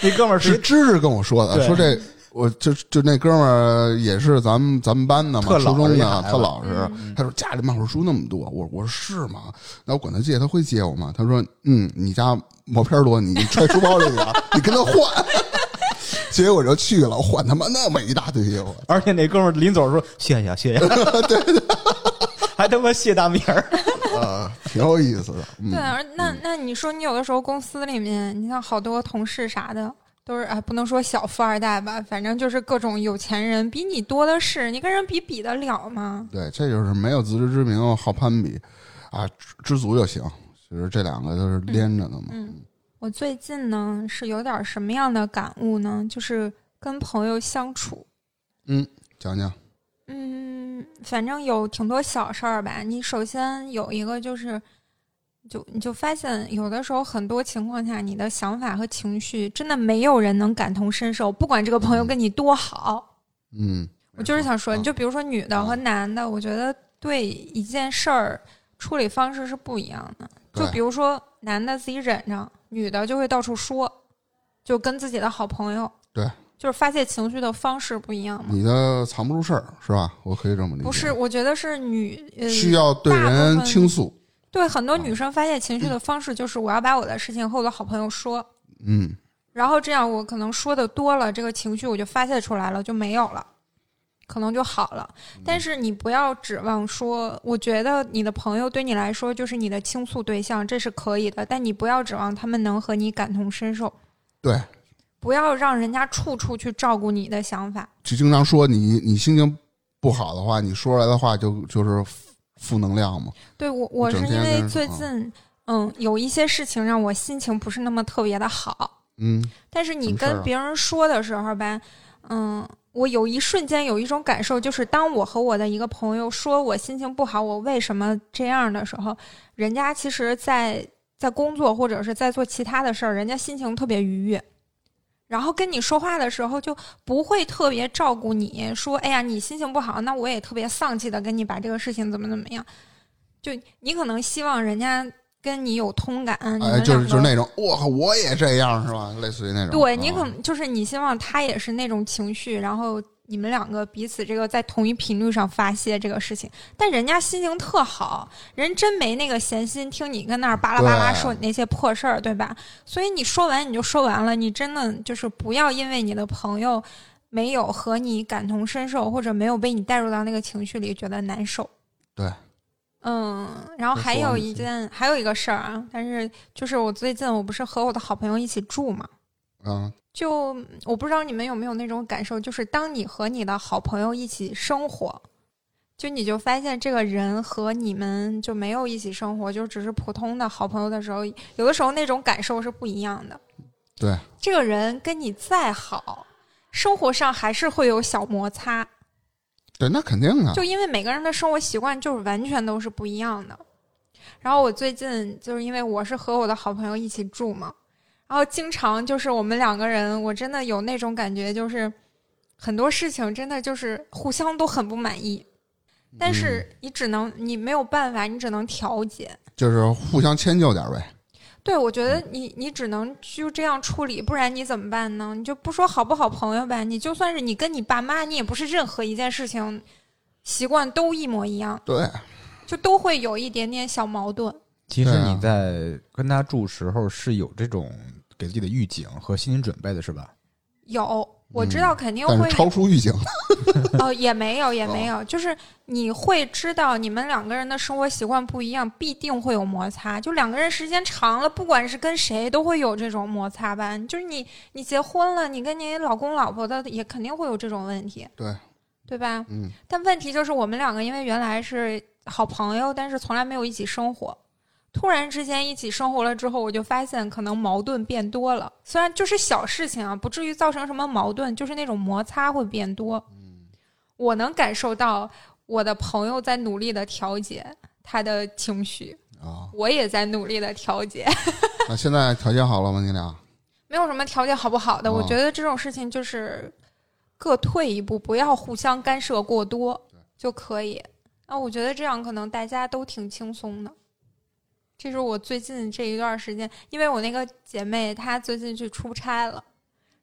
那哥们 儿
是
是
芝芝跟我说的，
对
说这我就就那哥们儿也是咱们咱们班的嘛，
特老
初中
实一
的
孩，子
特老实
嗯。
他说家里漫画书那么多，我我说是吗？那我管他借，他会借我吗？他说嗯，你家毛片多，你揣书包里啊，你跟他换。 结果就去了，换他妈那么一大堆，我
而且那哥们儿临走说谢啊谢谢谢， 对 还他妈谢大名儿。
啊，挺有意思的。嗯
对，而那那你说你有的时候公司里面，你像好多同事啥的，都是哎，不能说小富二代吧，反正就是各种有钱人，比你多的是，你跟人比比得了吗？
对，这就是没有自知之明，好攀比，啊，知知足就行。其实这两个都是连着的嘛。
嗯，我最近呢是有点什么样的感悟呢？就是跟朋友相处，
讲讲，
嗯，反正有挺多小事儿吧。你首先有一个就是，就你就发现有的时候很多情况下，你的想法和情绪真的没有人能感同身受，不管这个朋友跟你多好。
嗯，
我就是想说，
啊
你就比如说女的和男的，我觉得对一件事儿处理方式是不一样的。
对
就比如说男的自己忍着，女的就会到处说，就跟自己的好朋友，
对，嗯
就是发泄情绪的方式不一样嘛。
啊你的藏不住事儿是吧？我可以这么理解。
不是，我觉得是女呃，
需要嗯对
大部
人
分
倾诉，
对很多女生发泄情绪的方式就是我要把我的事情和我的好朋友说，
嗯，
然后这样我可能说的多了，这个情绪我就发泄出来了，就没有了，可能就好了。
嗯
但是你不要指望说，我觉得你的朋友对你来说就是你的倾诉对象，这是可以的，但你不要指望他们能和你感同身受，
对，
不要让人家处处去照顾你的想法。
就经常说你你心情不好的话，你说出来的话就就是负负能量嘛。
对我，我是
整
因
天跟
为
人
最
啊
近嗯有一些事情让我心情不是那么特别的好，
嗯，
但是
什
你
么事儿啊
跟别人说的时候吧，嗯，我有一瞬间有一种感受，就是当我和我的一个朋友说我心情不好，我为什么这样的时候，人家其实在在工作或者是在做其他的事儿，人家心情特别愉悦。然后跟你说话的时候就不会特别照顾你，说哎呀你心情不好，那我也特别丧气的跟你把这个事情怎么怎么样，就你可能希望人家跟你有通感，你
哎，
们
就是
两
就是
个
那种，我靠，我也这样是吧？类似于那种。
对你
啊
可能就是你希望他也是那种情绪，然后你们两个彼此这个在同一频率上发泄这个事情，但人家心情特好，人真没那个闲心听你跟那儿巴拉巴拉
对
说你那些破事儿，对吧？所以你说完你就说完了，你真的就是不要因为你的朋友没有和你感同身受，或者没有被你带入到那个情绪里，觉得难受。
对。
嗯，然后
再
还
说
有
你
一
先
件，还有一个事儿啊，但是就是我最近我不是和我的好朋友一起住嘛，
啊，
就我不知道你们有没有那种感受，就是当你和你的好朋友一起生活，就你就发现这个人和你们就没有一起生活，就只是普通的好朋友的时候，有的时候那种感受是不一样的。
对，
这个人跟你再好，生活上还是会有小摩擦，
对，那肯定啊的。
就因为每个人的生活习惯就是完全都是不一样的。然后我最近就是因为我是和我的好朋友一起住嘛，然后经常就是我们两个人，我真的有那种感觉，就是很多事情真的就是互相都很不满意，但是你只能你没有办法，你只能调节。
就是互相迁就点儿呗。
对，我觉得你你只能就这样处理，不然你怎么办呢？你就不说好不好朋友吧，你就算是你跟你爸妈，你也不是任何一件事情习惯都一模一样，
对，
就都会有一点点小矛盾。
其实
对啊
你在跟他住时候是有这种给自己的预警和心理准备的，是吧？
有，我知道肯定
嗯但
会
是超出预警，
哦，也没有，也没有，就是你会知道你们两个人的生活习惯不一样，必定会有摩擦。就两个人时间长了，不管是跟谁都会有这种摩擦吧。就是你你结婚了，你跟你老公老婆的也肯定会有这种问题，
对，
对吧？
嗯，
但问题就是我们两个因为原来是好朋友，但是从来没有一起生活。突然之间一起生活了之后，我就发现可能矛盾变多了。虽然就是小事情啊，不至于造成什么矛盾，就是那种摩擦会变多。我能感受到我的朋友在努力的调节他的情绪，
啊，
我也在努力的调节，
那啊现在条件好了吗？你俩
没有什么调节好不好的。
哦
我觉得这种事情就是各退一步，不要互相干涉过多就可以。那我觉得这样可能大家都挺轻松的。这是我最近这一段时间，因为我那个姐妹她最近去出差了，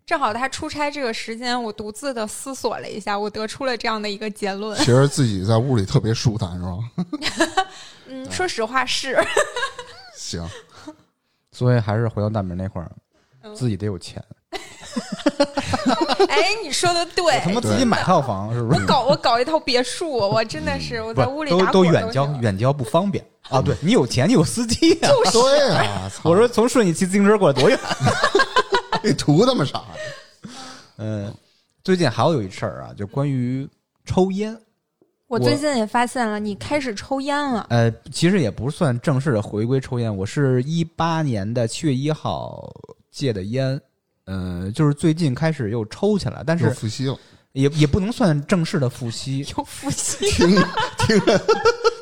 正好她出差这个时间，我独自的思索了一下，我得出了这样的一个结论
其。实自己在屋里特别舒坦是吧？
嗯，说实话是，
行，
所以还是回到大明那块儿，
嗯
自己得有钱，
哎，你说的对，
他妈自己买套房是不
我
是？
搞我搞一套别墅，我真的是我
不
在
是
屋里
都
打
都
滚
远交
行，
远交不方便啊！对你有钱，你有司机啊！
对啊，操
我说从顺义骑自行车过来多远？
你图他妈啥呀？
嗯，最近还有一事儿啊，就关于抽烟。
我最近也发现了，你开始抽烟了，
呃，其实也不算正式的回归抽烟，我是一八年的七月一号戒的烟，呃，就是最近开始又抽起来，但
又
是
复吸了，
也也不能算正式的复吸，
有腹吸，
听听着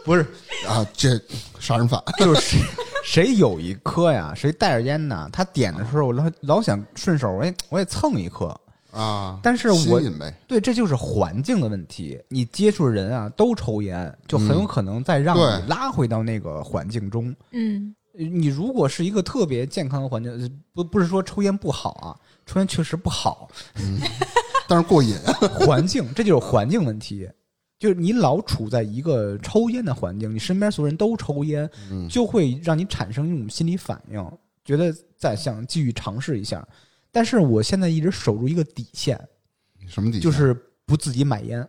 不是，
啊，这杀人犯，
就是谁谁有一颗呀，谁带着烟呢？他点的时候，我老老想顺手，哎，我也蹭一颗。
啊，
但是我
吸引呗，
对，这就是环境的问题。你接触人啊，都抽烟，就很有可能再让
嗯对
你拉回到那个环境中。 呃
嗯，
你如果是一个特别健康的环境，呃不不是说抽烟不好啊，抽烟确实不 好，
但是过瘾，
环境这就是环境问题。就是你老处在一个抽烟的环境，你身边所有人都抽烟，
嗯
就会让你产生一种心理反应，觉得再想继续尝试一下。但是我现在一直守住一个底线，
什么底线？
就是不自己买烟。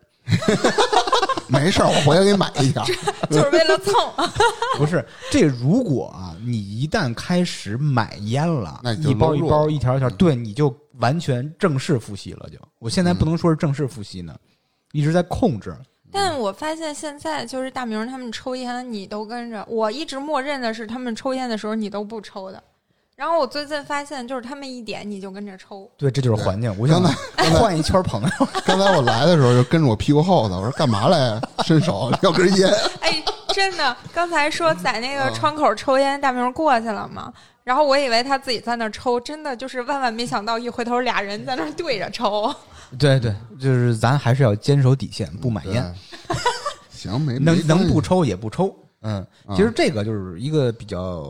没事儿，我回来给你买一点儿。
就是为了蹭。
不是，这如果啊，你一旦开始买烟了，
那你就
一包
搂
一
住
包，
了嗯
一条一条，对，你就完全正式复吸了就。我现在不
嗯
能说是正式复吸呢，一直在控制。
但我发现现在就是大明儿他们抽烟，你都跟着。我一直默认的是他们抽烟的时候你都不抽的，然后我最近发现就是他们一点你就跟着抽。
对，这就是环境。我想
刚才
换一圈朋友，
刚才我来的时候就跟着我屁股后头，我说干嘛来？伸手要根烟，
哎，真的，刚才说在那个
嗯
窗口抽烟，大明儿过去了嘛。然后我以为他自己在那儿抽，真的就是万万没想到，一回头俩人在那儿对着抽。
对对，就是咱还是要坚守底线，不买
对
烟，。
行，没没
能
关
能
系
不抽也不抽。嗯，
啊
其实这个就是一个比较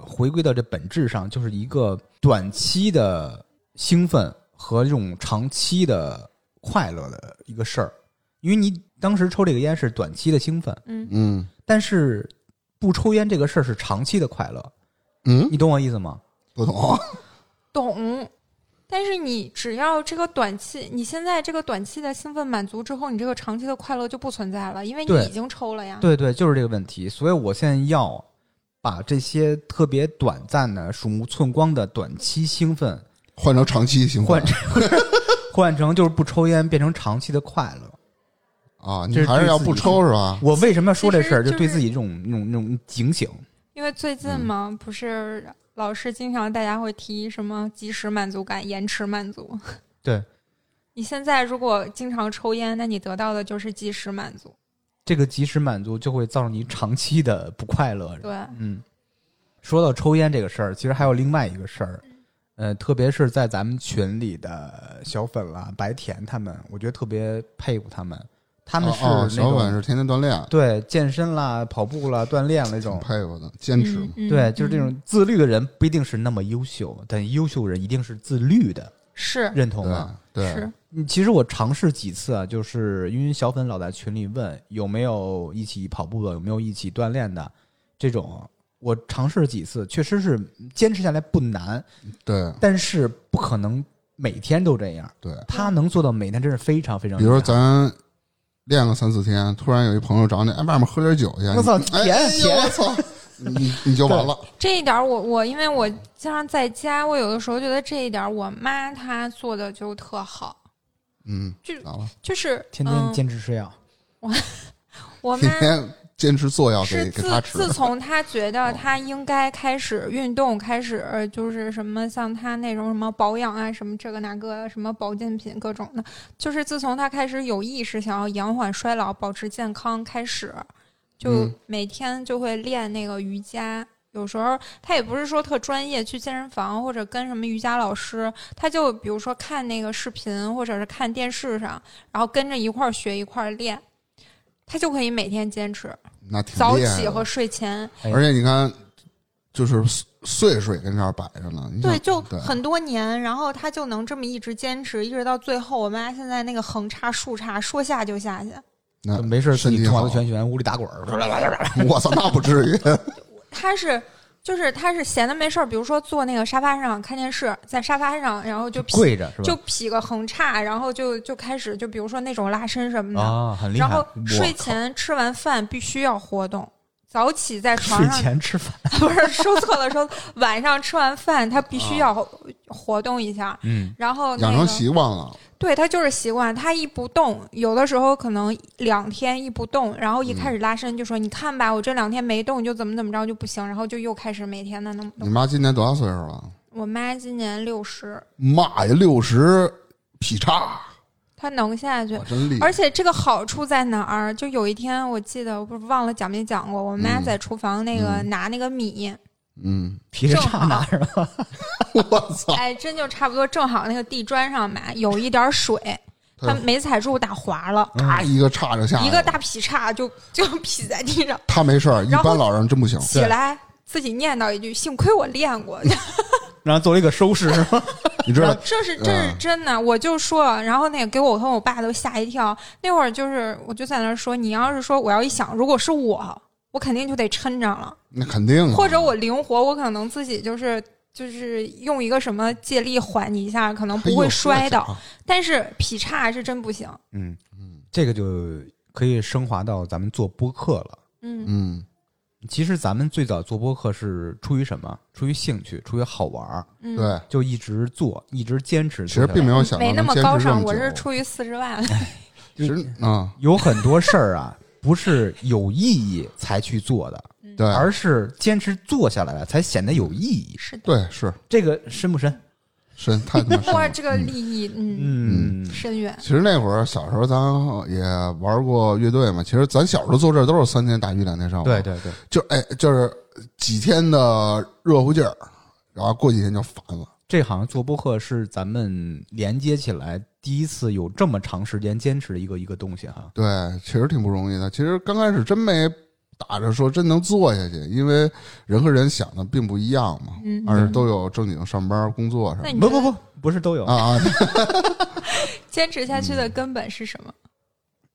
回归到这本质上，就是一个短期的兴奋和这种长期的快乐的一个事儿。因为你当时抽这个烟是短期的兴奋，
嗯，
嗯
但是不抽烟这个事儿是长期的快乐，
嗯，
你懂我意思吗？
不懂，
懂。但是你只要这个短期，你现在这个短期的兴奋满足之后，你这个长期的快乐就不存在了，因为你
对
已经抽了呀。
对对，就是这个问题。所以我现在要把这些特别短暂的、鼠目寸光的短期兴奋
换成长期行
换成 换成就是不抽烟变成长期的快乐。
啊，你
这是
还是要不
对自己
抽是吧？
我为什么要说这事儿？
其实就是
就对自己这种、那种、那种警醒。
因为最
嗯
近嘛，不是老是经常大家会提什么及时满足感、延迟满足。
对，
你现在如果经常抽烟，那你得到的就是及时满足。
这个及时满足就会造成你长期的不快乐。
对，
嗯，说到抽烟这个事儿，其实还有另外一个事儿，呃，特别是在啊咱们群里的小粉啦、白甜他们，我觉得特别佩服他们。他们是
哦哦
那
小
种、
婉是天天锻炼，
对健身啦、跑步啦、锻炼那
挺
种。
佩服的，坚持嘛。
嗯
对，就是这
嗯
种自律的人不一定是那么优秀，但优秀人一定是自律的，
是
认同吗？
对对
是，
嗯，其实我尝试几次啊，就是因为小粉老在群里问有没有一起跑步的，有没有一起锻炼的这种，我尝试了几次，确实是坚持下来不难，
对
但是不可能每天都这样。
对，
他能做到每天真是非常非常
比
厉
如
害。
说咱练个三四天，突然有一朋友找你，哎，外面喝点酒去，
我操
你哎
甜
哎呦
甜
我操， 你你就完了。
这一点儿我我因为我经常在家，我有的时候觉得这一点儿我妈她做的就特好，
嗯，
就
咋了？
就是
天
嗯
天坚持吃药，
我妈
天天坚持做药
是
给给
自
他吃，哦
自从他觉得他应该开始运动，开始呃就是什么像他那种什么保养啊，什么这个那个什么保健品各种的，就是自从他开始有意识想要延缓衰老、保持健康开始，就
嗯
每天就会练那个瑜伽。有时候他也不是说特专业，去健身房或者跟什么瑜伽老师，他就比如说看那个视频，或者是看电视上，然后跟着一块儿学一块儿练，他就可以每天坚持。
那挺
早
厉害
起
的
和睡前，
哎
而且你看，就是岁数也跟这儿摆着呢。你想
对，就
对
很多年，然后他就能这么一直坚持，一直到最后。我妈现在那个横叉竖叉，说下就下去。
那
就没事
嗯
自
身
己
体
痛完
好
了，全旋，屋里打滚儿，
我操，那不至 于。
她是就是她是闲的没事儿，比如说坐那个沙发上看电视，在沙发上，然后就 劈
跪着是吧？
就劈个横叉，然后就就开始就比如说那种拉伸什么的。
啊，很厉害。
然后
我
睡
靠
前吃完饭必须要活动，早 起在床
睡
上
前吃饭，
不是说错了，说晚上吃完饭他必须要活动一下。
啊嗯，
然后、那
养
个、
成习惯了，
对他就是习惯，他一不动，有的时候可能两天一不动，然后一
嗯
开始拉伸就说：“你看吧，我这两天没动，就怎么怎么着就不行。”然后就又开始每天的那么
你
动。
妈今年多大岁数了？
我妈今年六十，
妈呀，六十劈叉，
她能下去
我。真厉害
而。且这个好处在哪儿？就有一天我记得，我不是忘了讲没讲过，我妈
嗯
在厨房那个
嗯
拿那个米，
嗯，
皮着叉拿是吧？
我操，
哎，真就差不多正好那个地砖上嘛有一 点水，
哎
她没踩住打滑了，
咔一个叉就下来了
一个大劈叉就就劈在地上。
他没事儿，一
然后
般老人真不
哦
行。
起来自己念叨一句：“幸亏我练 过。
然后做了一个收拾是吧？
你知道”
这是嗯这是真的，我就说了。然后那个给我和我爸都吓一跳。那会儿就是我就在那儿说：“你要是说我要一想，如果是我，我肯定就得抻着了，
那肯定啊，
或者我灵活，我可能自己就是。”就是用一个什么借力缓你一下，可能
哎
不
呦
会摔
这
倒，
家伙
但是劈叉是真不行。
嗯，
嗯
这个就可以升华到咱们做播客了。
嗯
嗯
其实咱们最早做播客是出于什么？出于兴趣，出于好玩儿，
嗯，
对，
就一直做，一直坚持
其
做
实
下来。
并没有想到
没那
能
么嗯
坚持
高
这
尚，
么
我
久
是出于四十万。
其实啊，
有很多事儿啊，不是有意义才去 做的，
对
而是坚持做下来了才显得有意义。
是的，
对是
这个深不深？
深太他妈深了。
哇，这个
嗯
利益，嗯，
嗯，
深远。
其实那会儿小时候咱也玩过乐队嘛，其实咱小时候坐这儿都是三天打鱼两天晒网，
对，对对，
就哎就是几天的热乎劲儿，然后过几天就烦了。
这好像做播客是咱们连接起来第一次有这么长时间坚持的一个一个东西哈。
对，其实挺不容易的。其实刚开始真没打着说真能做下去，因为人和人想的并不一样嘛，
嗯
而是都有正经上班工作什
那
么
你
不
觉得
不不，不是都有
的，啊啊。
坚持下去
嗯
的根本是什么？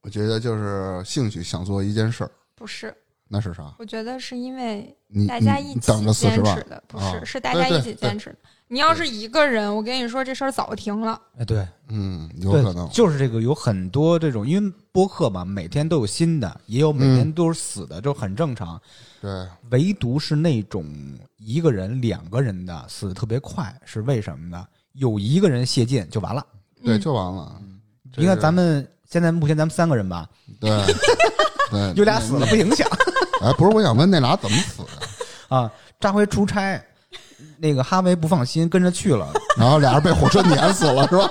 我觉得就是兴趣想做一件事儿，
不是，
那是啥？
我觉得是因为
你
大家
你
一
你
起
嗯等着四
坚
十
持
万，
的，不是，
啊
是大家
对
一
对
起
对
坚持的。你要是一个人，我跟你说这事儿早停了。
哎，对，
嗯，有
对，
可能。
就是这个有很多这种，因为播客嘛，每天都有新的，也有每天都是死的，就很正常。
对，
嗯
唯独是那种一个人、两个人的死的特别快，是为什么呢？有一个人泄劲就完了。
对，
嗯
就完了。这
你看
是
咱们现在目前咱们三个人吧，
对 对，
有俩死了不影响
哎，不是，我想问那俩怎么死的？
啊。扎辉出差，那个哈维不放心跟着去 了，
然后俩人被火车碾死了，是吧？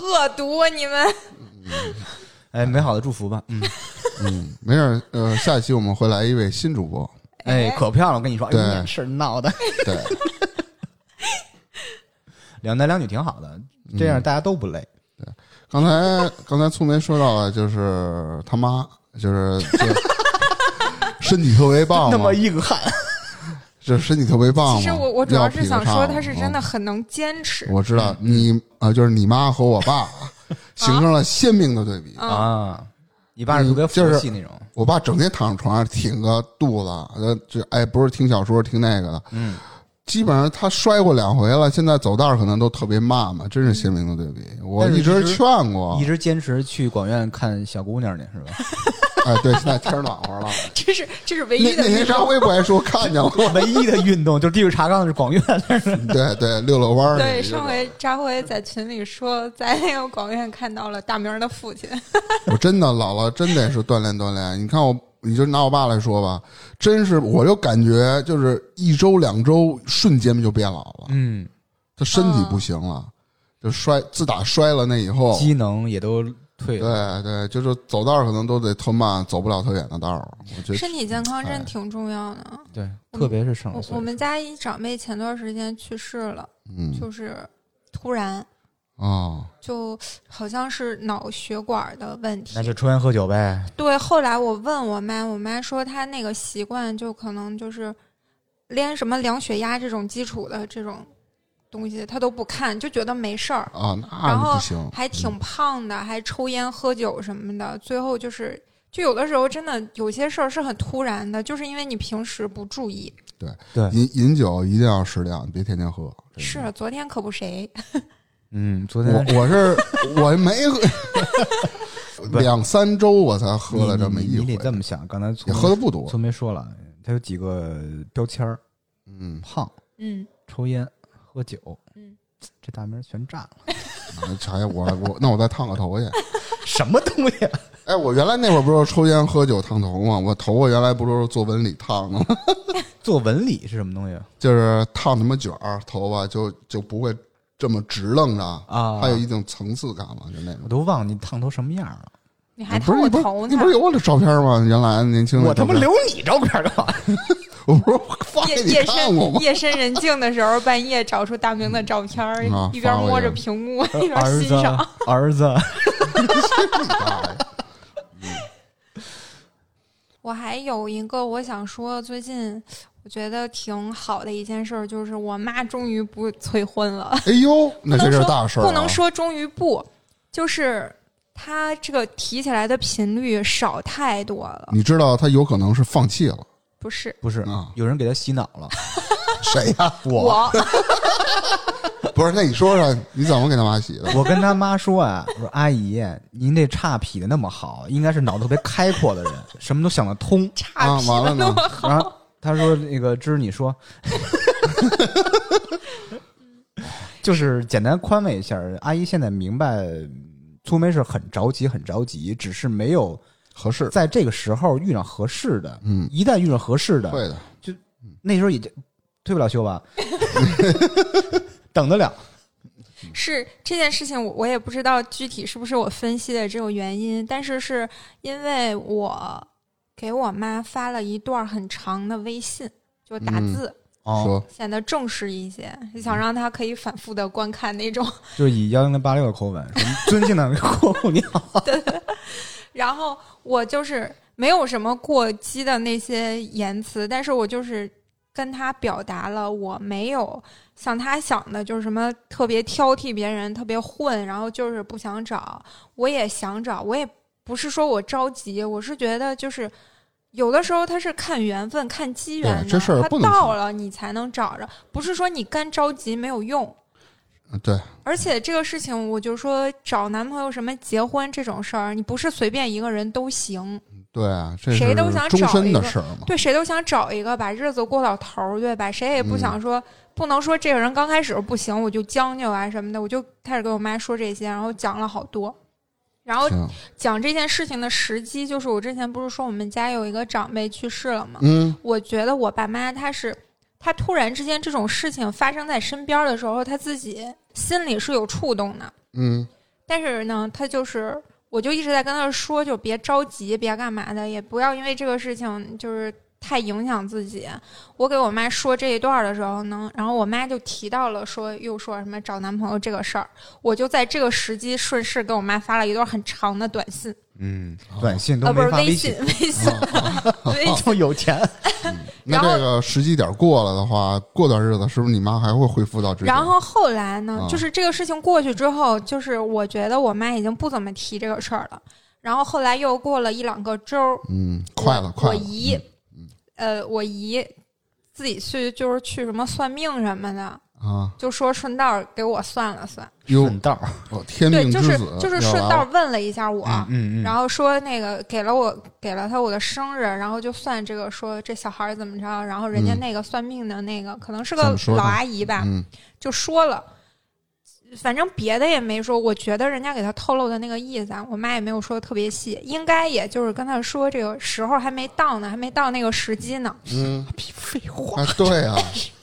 恶毒啊，你们！
哎，美好的祝福吧。嗯，
嗯，没事儿。呃，下一期我们会来一位新主播。
哎，可漂亮了，我跟你说，哎呦
对
那事儿闹的，
对，
嗯两男两女挺好的，这样大家都不累。
刚才刚才粗梅说到了，就是他妈，就是 这身体特别棒嘛，
硬汉，
这身体特别棒嘛。
其实我我主要是
啊要
想说，
劈个叉嘛
他是真的
嗯
很能坚持。
我知道你啊、就是你妈和我 爸形成了鲜明的对比。
嗯，
啊，你爸是特别
嗯就
佛
是
系那种，
我爸整天躺床上挺个肚子，呃，就哎不是听小说听那个的，
嗯，
基本上他摔过两回了，现在走道儿可能都特别慢嘛，真是鲜明的对比。我
但是
一直
一直
劝过
一，直坚持去广院看小姑娘去是吧？
哎，对，现在天儿暖 和了。
这是这是唯
那
一
那
的
天
运
沙
动。
威不还说看见了吗？
唯一的运动就是地狱茶缸是广院，
对对，溜溜弯儿。
对，上回扎辉在群里说，在那个广院看到了大明儿的 父亲，
我真的姥姥真得是锻炼锻炼。你看我，你就拿我爸来说吧，真是我就感觉就是一周两周瞬间就变老了，
嗯，
他身体
嗯
不行了，就摔，自打摔了那以后，
哦机能也都退了，
对对，就是走道儿可能都得特慢，走不了特远的道儿。我觉得
身体健
哎
康真挺重要的。
嗯
对，
我们
特别是上了
我
岁
我
数，
们家一长辈前段时间去世了，
嗯
就是突然，
哦，
就好像是脑血管的问题
那。就抽烟喝酒呗，
对，后来我问我妈，我妈说她那个习惯就可能就是连什么量血压这种基础的这种东西她都不看，就觉得没事儿，
啊，
然
那
后
不行，嗯
还挺胖的，还抽烟喝酒什么的。最后就是，就有的时候真的有些事儿是很突然的，就是因为你平时不注意。
对，
饮饮酒一定要适量，你别天天喝。真的
是，啊昨天可不谁，
嗯，昨天
我我是我没喝，
不
两三周我才
你
喝了这么
你
一
你
回
得，这么想，刚才
也
粗
喝的不多。
粗梅说了，他有几个标签儿：
嗯，
胖、
嗯，
抽烟、喝酒，
嗯，
这大名儿全占了，
哎呀，我我那我再烫个头去。
什么东西？啊
哎，我原来那会儿不是抽烟喝酒烫头吗？我头我原来不是做纹理烫的吗？
做纹理是什么东西啊
就是烫什么卷儿，头发就就不会这么直愣着，
啊
它有一定层次感嘛，就那种
我。都忘了你烫头什么样了。
你还
你不
烫
是
我
你不
头
是你
呢
不，是有我的照片吗？原来年轻的
我他妈
照片
留你照片干 嘛？
我不是发给
夜
你
夜
看过吗
深？夜深人静的时候，半夜找出大明的照片儿
嗯啊，
一边
发我一
摸着
个
屏幕 一边
儿
欣
子
赏。，
儿子，
我还有一个我想说，最近我觉得挺好的一件事儿，就是我妈终于不催婚了。
哎呦，
不
那这
能
是
说
大事儿、啊，
不能说终于不，就是她这个提起来的频率少太多了。
你知道他有可能是放弃了
不是
不是
啊？
有人给他洗脑了。
谁 呀、
我
不是，那你说说你怎么给他妈洗的？
我跟他妈说啊，我说阿姨，您这叉劈的那么好，应该是脑子特别开阔的人，什么都想得 通。
差
啊，
评
完了 呢，
然后他说那个芝，你说，就是简单宽慰一下阿姨。现在明白，粗梅是很着急，很着急，只是没有
合适，
在这个时候遇上合适的。
嗯，
一旦遇上合适的，
会的，
那时候已经退不了 休吧，等得了。
是这件事情我，我也不知道具体是不是我分析的这种原因，但是是因为我给我妈发了一段很长的微信，就打
嗯
字，
哦，
说
显得正式一些，想让她可以反复的观看那种。
就是以幺零零八六的口吻，说尊敬 的客户你好，
然后我就是没有什么过激的那些言辞，但是我就是跟她表达了我没有像她想的，就是什么特别挑剔别人，特别混，然后就是不想找。我也想找，我也不是说我着急，我是觉得就是。有的时候他是看缘分、看机缘
对
的，
这事儿
他
不能
到
急
了你才能找着，不是说你干着急没有用。
嗯对，
而且这个事情，我就说找男朋友什么结婚这种事儿，你不是随便一个人都行，
对啊，这
谁都
是
想
终
找
身
一
的
个
事儿嘛。
对谁都想找一个把日子过到头儿，对吧？谁也不想说，不能说这个人刚开始不行，我就将就啊什么的，我就开始跟我妈说这些，然后讲了好多。然后
行，
讲这件事情的时机，就是我之前不是说我们家有一个长辈去世了吗？
嗯，
我觉得我爸妈他是，他突然之间这种事情发生在身边的时候，他自己心里是有触动的。
嗯，
但是呢，他就是，我就一直在跟他说，就别着急，别干嘛的，也不要因为这个事情就是太影响自己。我给我妈说这一段的时候呢，然后我妈就提到了说又说什么找男朋友这个事儿，我就在这个时机顺势给我妈发了一段很长的短信，
嗯，
啊
短信
啊
都
不
没
是
发
微
信哦
信，微信 微信，
就有钱，
那
然后
这个时机点过了的话，过段日子是不是你妈还会恢复到之前？
然后后来呢，
哦
啊
就是这个事情过去之后，就是我觉得我妈已经不怎么提这个事儿了。然后后来又过了一两个周儿，
嗯，快了，快
我
了，嗯
姨，呃，我姨自己去就是去什么算命什么的，
嗯啊，
就说顺道给我算了算，
哟，
顺道，
哦天
对，
命
就
之
是
子
就是
要
顺
来
道
了
问了一下我，
啊
嗯
然后说那个给了我给了他我的生日，然后就算这个说这小孩儿怎么着，然后人家
嗯
那个算命的那个、可能是
怎
个
么说
老
呢
阿姨吧，
嗯
就说了，反正别的也没说。我觉得人家给他透露的那个意思啊，我妈也没有说得特别细，应该也就是跟他说这个时候还没到呢，还没到那个时机呢。
嗯，
废话，
啊，对啊，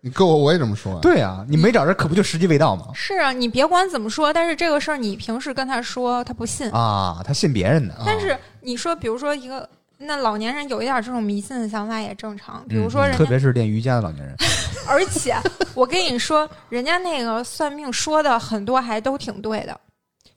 你跟我我也这么说呀、
对啊，你没找着可不就时机未到吗？
是啊，你别管怎么说，但是这个事儿你平时跟他说，他不信。
啊，他信别人的，
但是你说，比如说一个那老年人有一点这种迷信的想法也正常，比如说人
嗯特
家，
别是练瑜伽的老年人，
而且我跟你说，人家那个算命说的很多还都挺对的。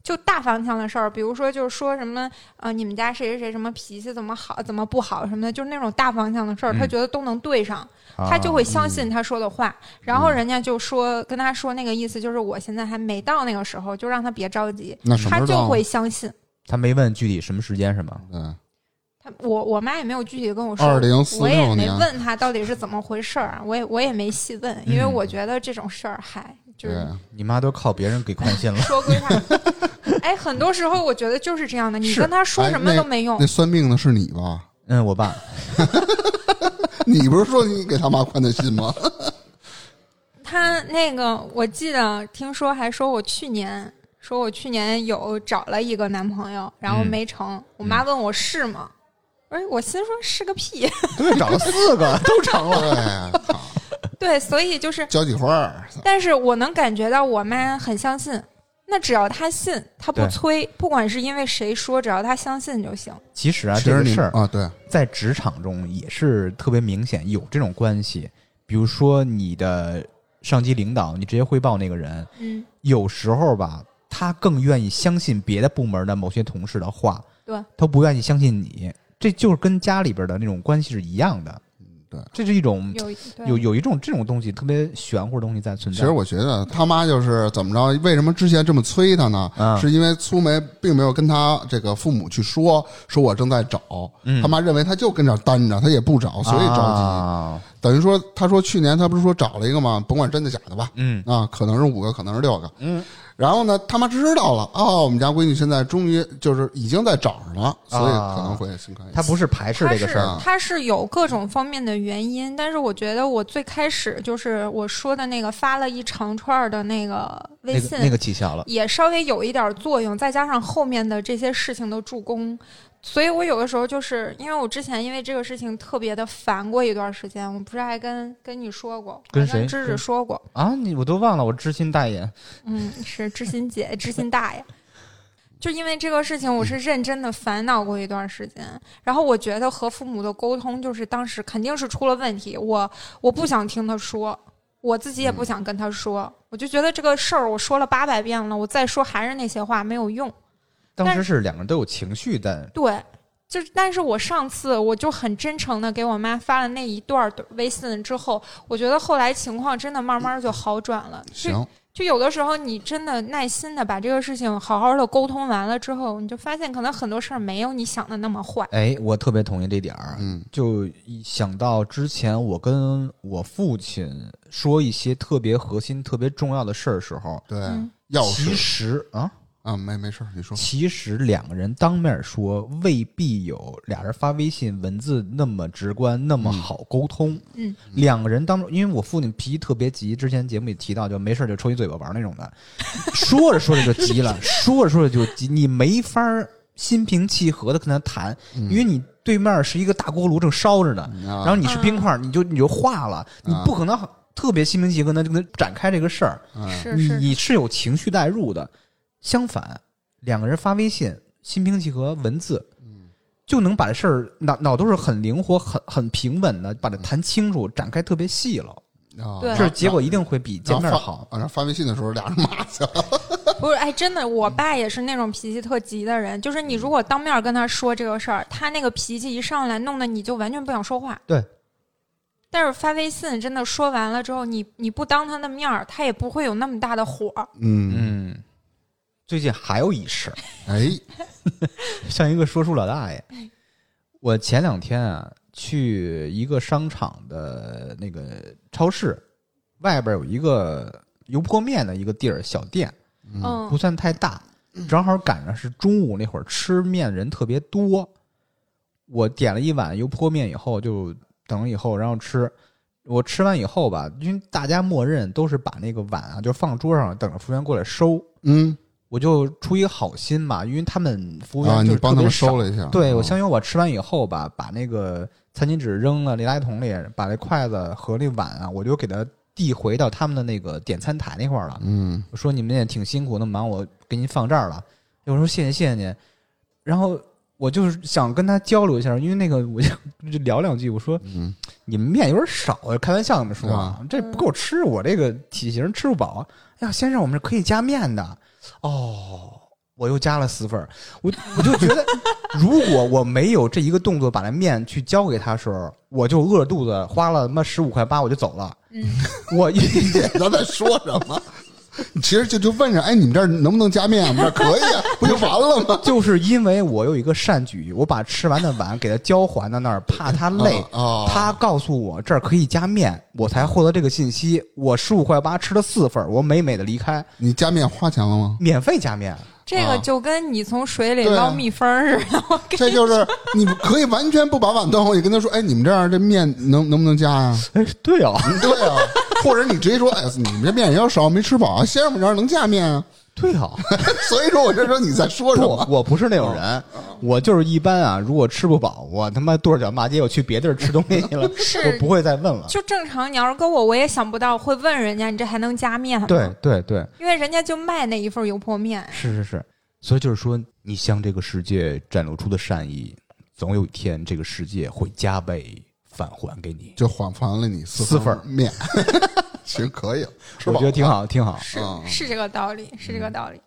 就大方向的事儿，比如说就是说什么，呃，你们家谁谁谁什么脾气怎么好，怎么不好什么的，就是那种大方向的事儿，
嗯
他觉得都能对上，
啊
他就会
嗯
相信他说的话。然后人家就说跟他说那个意思，就是我现在还没到那个时候，就让他别着急，
那什么
他
时候到
就
呢
会相信。
他没问具体什么时间是吗？
嗯，
他我我妈也没有具体地跟我说，
2046
我也没
年
问她到底是怎么回事儿啊，我也我也没细问，因为我觉得这种事儿嗨，
嗯
就
对啊
是，
你妈都靠别人给宽心了，
说归 啥，哎，很多时候我觉得就是这样的，你
是
跟她说
哎
什么
那
都没用
那，算命的是你吧？
嗯，我爸
你不是说你给他妈宽的心吗？
他那个，我记得听说还说我去年说我去年有找了一个男朋友，然后
嗯
没成。我妈问我是吗？哎，我心说是个屁。
对，找了四个都成了，
对，操
对，所以就是，
交际花 儿，
但是我能感觉到我妈很相信。那只要她信，她不
对
催，不管是因为谁说，只要她相信就行。
其实啊，
其
这
实
个
你
事儿
啊，对，
在职场中也是特别明显有这种关系，比如说你的上级领导，你直接汇报那个人，
嗯，
有时候吧，他更愿意相信别的部门的某些同事的话，
对，
他不愿意相信你，这就是跟家里边的那种关系是一样的，
嗯对，
这是一种
有
有
对
有一种这种东西特别玄乎的东西在存
其
在。
实我觉得他妈就是怎么着？为什么之前这么催他呢？
嗯
是因为苏梅并没有跟他这个父母去说，说我正在找，他妈认为他就跟这儿单着，他也不找，所以着急。
嗯啊
等于说，他说去年他不是说找了一个吗？甭管真的假的吧，
嗯
啊，可能是五个，可能是六个，嗯。然后呢，他妈知道了，哦，我们家闺女现在终于就是已经在找上了，所以可能会心宽一
啊他
点。
不是排斥
她
这个事儿，
啊
它是有各种方面的原因，但是我觉得我最开始就是我说的那个发了一长串儿的那个微
那
信，
个那个起效了，
也稍微有一点作用，再加上后面的这些事情的助攻，所以我有的时候就是因为我之前因为这个事情特别的烦过一段时间，我不是还跟跟你说过，
跟
我
谁
芝芝
跟
说过，
啊，你我都忘了，我知心大爷，
嗯，是知心姐、知心大爷。就因为这个事情，我是认真的烦恼过一段时间。然后我觉得和父母的沟通，就是当时肯定是出了问题。我我不想听他说，我自己也不想跟他说。我就觉得这个事儿，我说了八百遍了，我再说还是那些话没有用。
当
但
时是两个人都有情绪在，
对，就是但是我上次我就很真诚的给我妈发了那一段儿的微信之后，我觉得后来情况真的慢慢就好转了。就
行，
就有的时候你真的耐心的把这个事情好好的沟通完了之后，你就发现可能很多事儿没有你想的那么坏。
哎，我特别同意这点儿，
嗯，
就一想到之前我跟我父亲说一些特别核心、特别重要的事儿时候，
对，
嗯
钥
其
匙
实啊，
啊，没没事儿，你说
其实两个人当面说未必有俩人发微信文字那么直观、那么好沟通。
嗯，
两个人当中，因为我父亲脾气特别急，之前节目里提到，就没事儿就抽一嘴巴玩儿那种的，说着说着就 急了，说着说着就急，你没法儿心平气和的跟他谈，因为你对面是一个大锅炉正烧着呢，
嗯啊
然后你是冰块儿，你就你就化了，你
啊
不可能特别心平气和地跟他跟他展开这个事儿。
嗯
是
你
是，
你是有情绪代入的。相反，两个人发微信，心平气和，文字，就能把这事儿脑脑都是很灵活、很很平稳的把它谈清楚，展开特别细了，
啊，
对
这结果一定会比见面好。
然后发啊然后发微信的时候，俩人骂起来了。
不是，哎，真的，我爸也是那种脾气特急的人，就是
嗯
你如果当面跟他说这个事儿，他那个脾气一上来，弄得你就完全不想说话。
对。
但是发微信真的说完了之后，你你不当他的面儿，他也不会有那么大的火。
嗯，
嗯，最近还有一事，
哎，
像一个说书老大爷。我前两天啊，去一个商场的那个超市，外边有一个油泼面的一个地儿小店，不
嗯
算太大，正好赶上是中午那会儿吃面人特别多。我点了一碗油泼面以后，就等了以后，然后吃。我吃完以后吧，因为大家默认都是把那个碗啊，就放桌上，等着服务员过来收。
嗯
我就出于好心嘛，因为他们服务
啊，
员就
你
是
帮他
特别
们
少
收了一下。
对，我
啊
相信我吃完以后吧，把那个餐巾纸扔了那垃圾桶里，把那筷子和那碗啊，我就给它递回到他们的那个点餐台那块儿了。
嗯
我说你们也挺辛苦，那么忙，我给您放这儿了。我说谢谢谢谢您。然后我就是想跟他交流一下，因为那个我就就聊两句，我说
嗯，
你们面有点少，开玩笑你们说啊，这不够吃，我这个体型吃不饱。哎呀，先生，我们是可以加面的。哦，我又加了四份儿，我我就觉得，如果我没有这一个动作把那面去交给他的时候，我就饿着肚子花了他妈十五块八我就走了。
嗯，
我一
咱在说什么？其实就就问着，哎，你们这儿能不能加面？我们这儿可以啊，不就完了吗？
就是因为我有一个善举，我把吃完的碗给他交还到那儿，怕他累。
啊，啊
他告诉我这儿可以加面，我才获得这个信息。我十五块八吃了四份儿，我美美的离开，
你加面花钱了吗？
免费加面。
这
啊
个就跟你从水里
对啊
捞蜜蜂儿似的。我跟
这就是你可以完全不把碗端回去，跟他说，哎，你们这儿这面能能不能加呀、
哎，对哦，
嗯 对啊，或者你直接说，哎，你们这面也要少，没吃饱啊，先生，我们这儿能加面啊。
对 哦，
所以说我就说你在说什
不
么，？
我不是那种人，我就是一般啊。如果吃不饱，我他妈跺着脚骂街，我去别地儿吃东西去了，我不会再问了。
就正常，你要是跟我，我也想不到会问人家你这还能加面吗？
对，对对，
因为人家就卖那一份油泼面。
是是是，所以就是说，你向这个世界展露出的善意，总有一天这个世界会加倍返还给你。
就返还了你四
四份儿
面， 行，可以了，吃
我
饱
觉得挺
了。
好，挺好。
是、
嗯
是这个道理，是这个道理。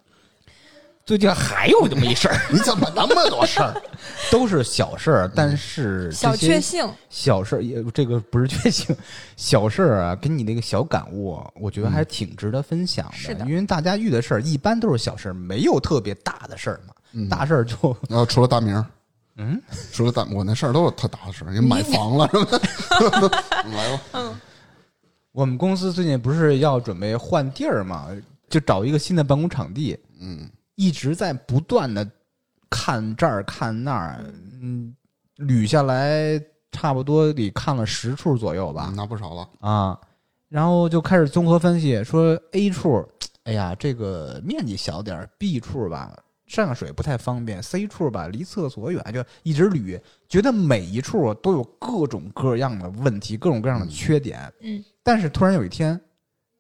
最近还有这么一事儿，
你怎么那么多事儿？
都是小事儿，但是
嗯小
这些
确幸，
小事儿也这个不是确幸， 小事儿啊，跟你那个小感悟，我觉得还挺值得分享的。
是的
因为大家遇的事儿一般都是小事儿，没有特别大的事儿嘛。大事儿就
然后除了大明儿，
嗯，
除了大我那事儿都是特大的事儿，也买房了什么的。来吧，
我们公司最近不是要准备换地儿嘛，就找一个新的办公场地，
嗯，
一直在不断的看这儿看那儿，嗯，捋下来差不多得看了十处左右吧。
拿不少了。
啊，然后就开始综合分析，说 A 处，哎呀，这个面积小点儿；B 处吧，上水不太方便；C 处吧，离厕所远，就一直捋，觉得每一处都有各种各样的问题，各种各样的缺点。
嗯，
但是突然有一天，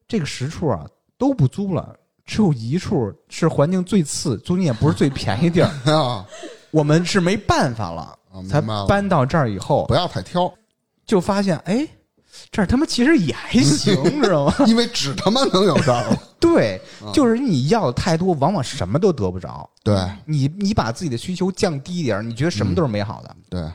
这个十处啊都不租了。只有一处是环境最次、租金也不是最便宜 地儿，
啊，
我们是没办法了
啊，明
才
白了
搬到这儿以后，
不要太挑，
就发现哎，这儿他妈其实也还 行，知道吗？
因为只他妈能有这儿了。
对，就是你要的太多，往往什么都得不着。
对
你你把自己的需求降低一点儿，你觉得什么都是美好的。
对，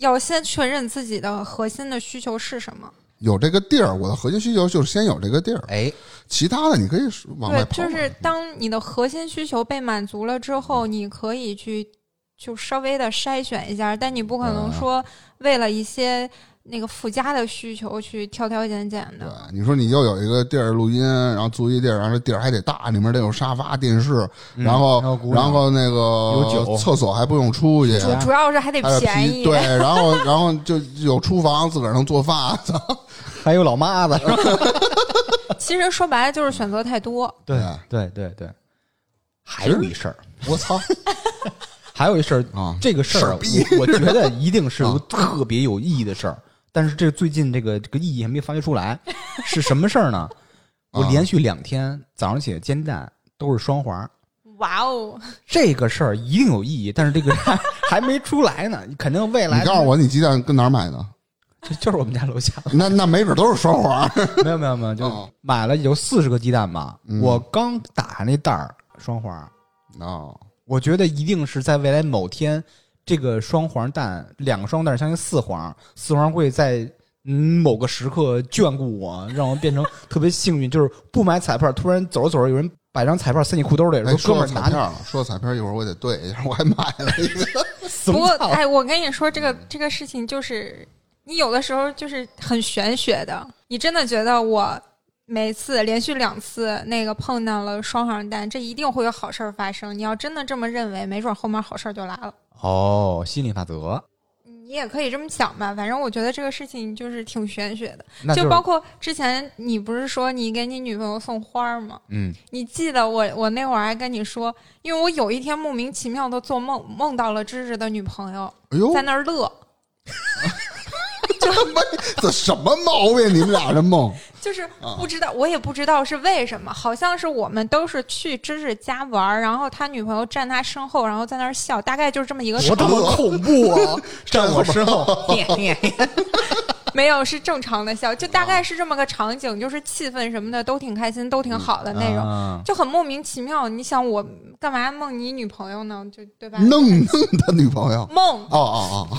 要先确认自己的核心的需求是什么。
有这个地儿，我的核心需求就是先有这个地儿，
哎，
其他的你可以往外
对，
跑。嗯
就是当你的核心需求被满足了之后，你可以去就稍微的筛选一下，但你不可能
啊
说为了一些那个附加的需求去挑挑拣拣
对
的。，
你说你又有一个地儿录音，然后租一地儿，然后这地儿还得大，里面得有沙发、电视，然后、
还有嗯姑娘
然后那
有
个
酒
厕所还不用出去，
主主要是还得
还有
便
皮
宜，
对，然后然后就有厨房，自个儿能做 饭，操
还有老妈子，是吧？
其实说白了就是选择太多。
对
对对对，嗯还有一事儿，
我操
还有一事儿，
啊！
这个事儿啊嗯我我觉得一定 是有特别有意义的事儿，但是这最近这个这个意义还没发掘出 来，是什么事儿呢？我
啊
连续两天早上起来煎蛋都是双黄儿，
哇哦，
这个事儿一定有意义，但是 这个还还没出来呢，肯定未来
你告诉我，你鸡蛋跟哪儿买的？
就 就是我们家楼下，
那那没准都是双 黄。
没有没有没有，就
哦
买了有四十个鸡蛋吧，
嗯
我刚打开那袋儿双黄，
哦，
我觉得一定是在未来某天，这个双黄蛋两个双蛋相当于四黄，四黄会在。嗯，某个时刻眷顾我，让我变成特别幸 运。就是不买彩票，突然走着走着，有人把一张彩票塞你裤兜里，
哎，
说：“哥
说
们
到
儿，拿
彩
你
票了，说到彩票，一会儿我得对一下，我还买了一 个。
死
不过
操
哎，我跟你说，这个这个事情就是，你有的时候就是很玄学的，你真的觉得我。每次连续两次那个碰到了双黄蛋，这一定会有好事儿发生。你要真的这么认为，没准后面好事儿就来了。
哦，心理法则，
你也可以这么想吧，反正我觉得这个事情就是挺玄学的。
那
就是包括之前你不是说你给你女朋友送花儿吗？
嗯，
你记得我我那会儿还跟你说，因为我有一天莫名其妙的做梦，梦到了芝芝的女朋友
哎呦
在，那儿乐，
这什么毛病？你们俩这 梦，
就是不知道、我也不知道是为什么，好像是我们都是去芝芝家玩儿，然后他女朋友站他身后，然后在那儿笑，大概就是这么一个场景，
恐怖啊！站 我身后，
没有是正常的笑，就大概是这么个场景，就是气氛什么的都挺开心，都挺好的那种。
啊
就很莫名其妙。你想我干嘛梦你女朋友呢？就对吧？
弄弄他女朋友。
梦
哦哦哦，
嗯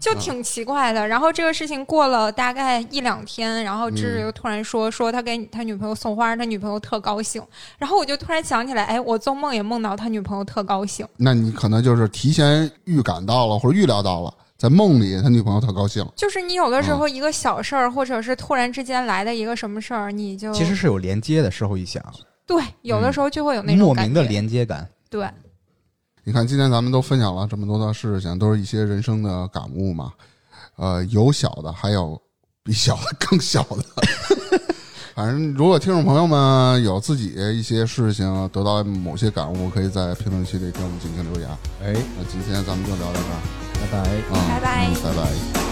就挺奇怪的。然后这个事情过了大概一两天，然后
嗯
芝芝又突然说说他给他女朋友送花，他女朋友特高兴。然后我就突然想起来，哎，我做梦也梦到他女朋友特高兴。
那你可能就是提前预感到了，或者预料到了，在梦里他女朋友特高兴。
就是你有的
嗯
时候一个小事儿，或者是突然之间来的一个什么事儿，你就
其实是有连接的。事后一想，
对，有的时候就会有那
莫
种感
名
觉。
的连啊接感。
对，
你看，今天咱们都分享了这么多的事情，都是一些人生的感悟嘛。呃，有小的，还有比小的更小的。 反正，如果听众朋友们有自己一些事情得到某些感悟，可以在评论区里给我们进行留言。
哎，
那今天咱们就聊到这儿
拜拜。
啊，
拜拜
嗯拜拜。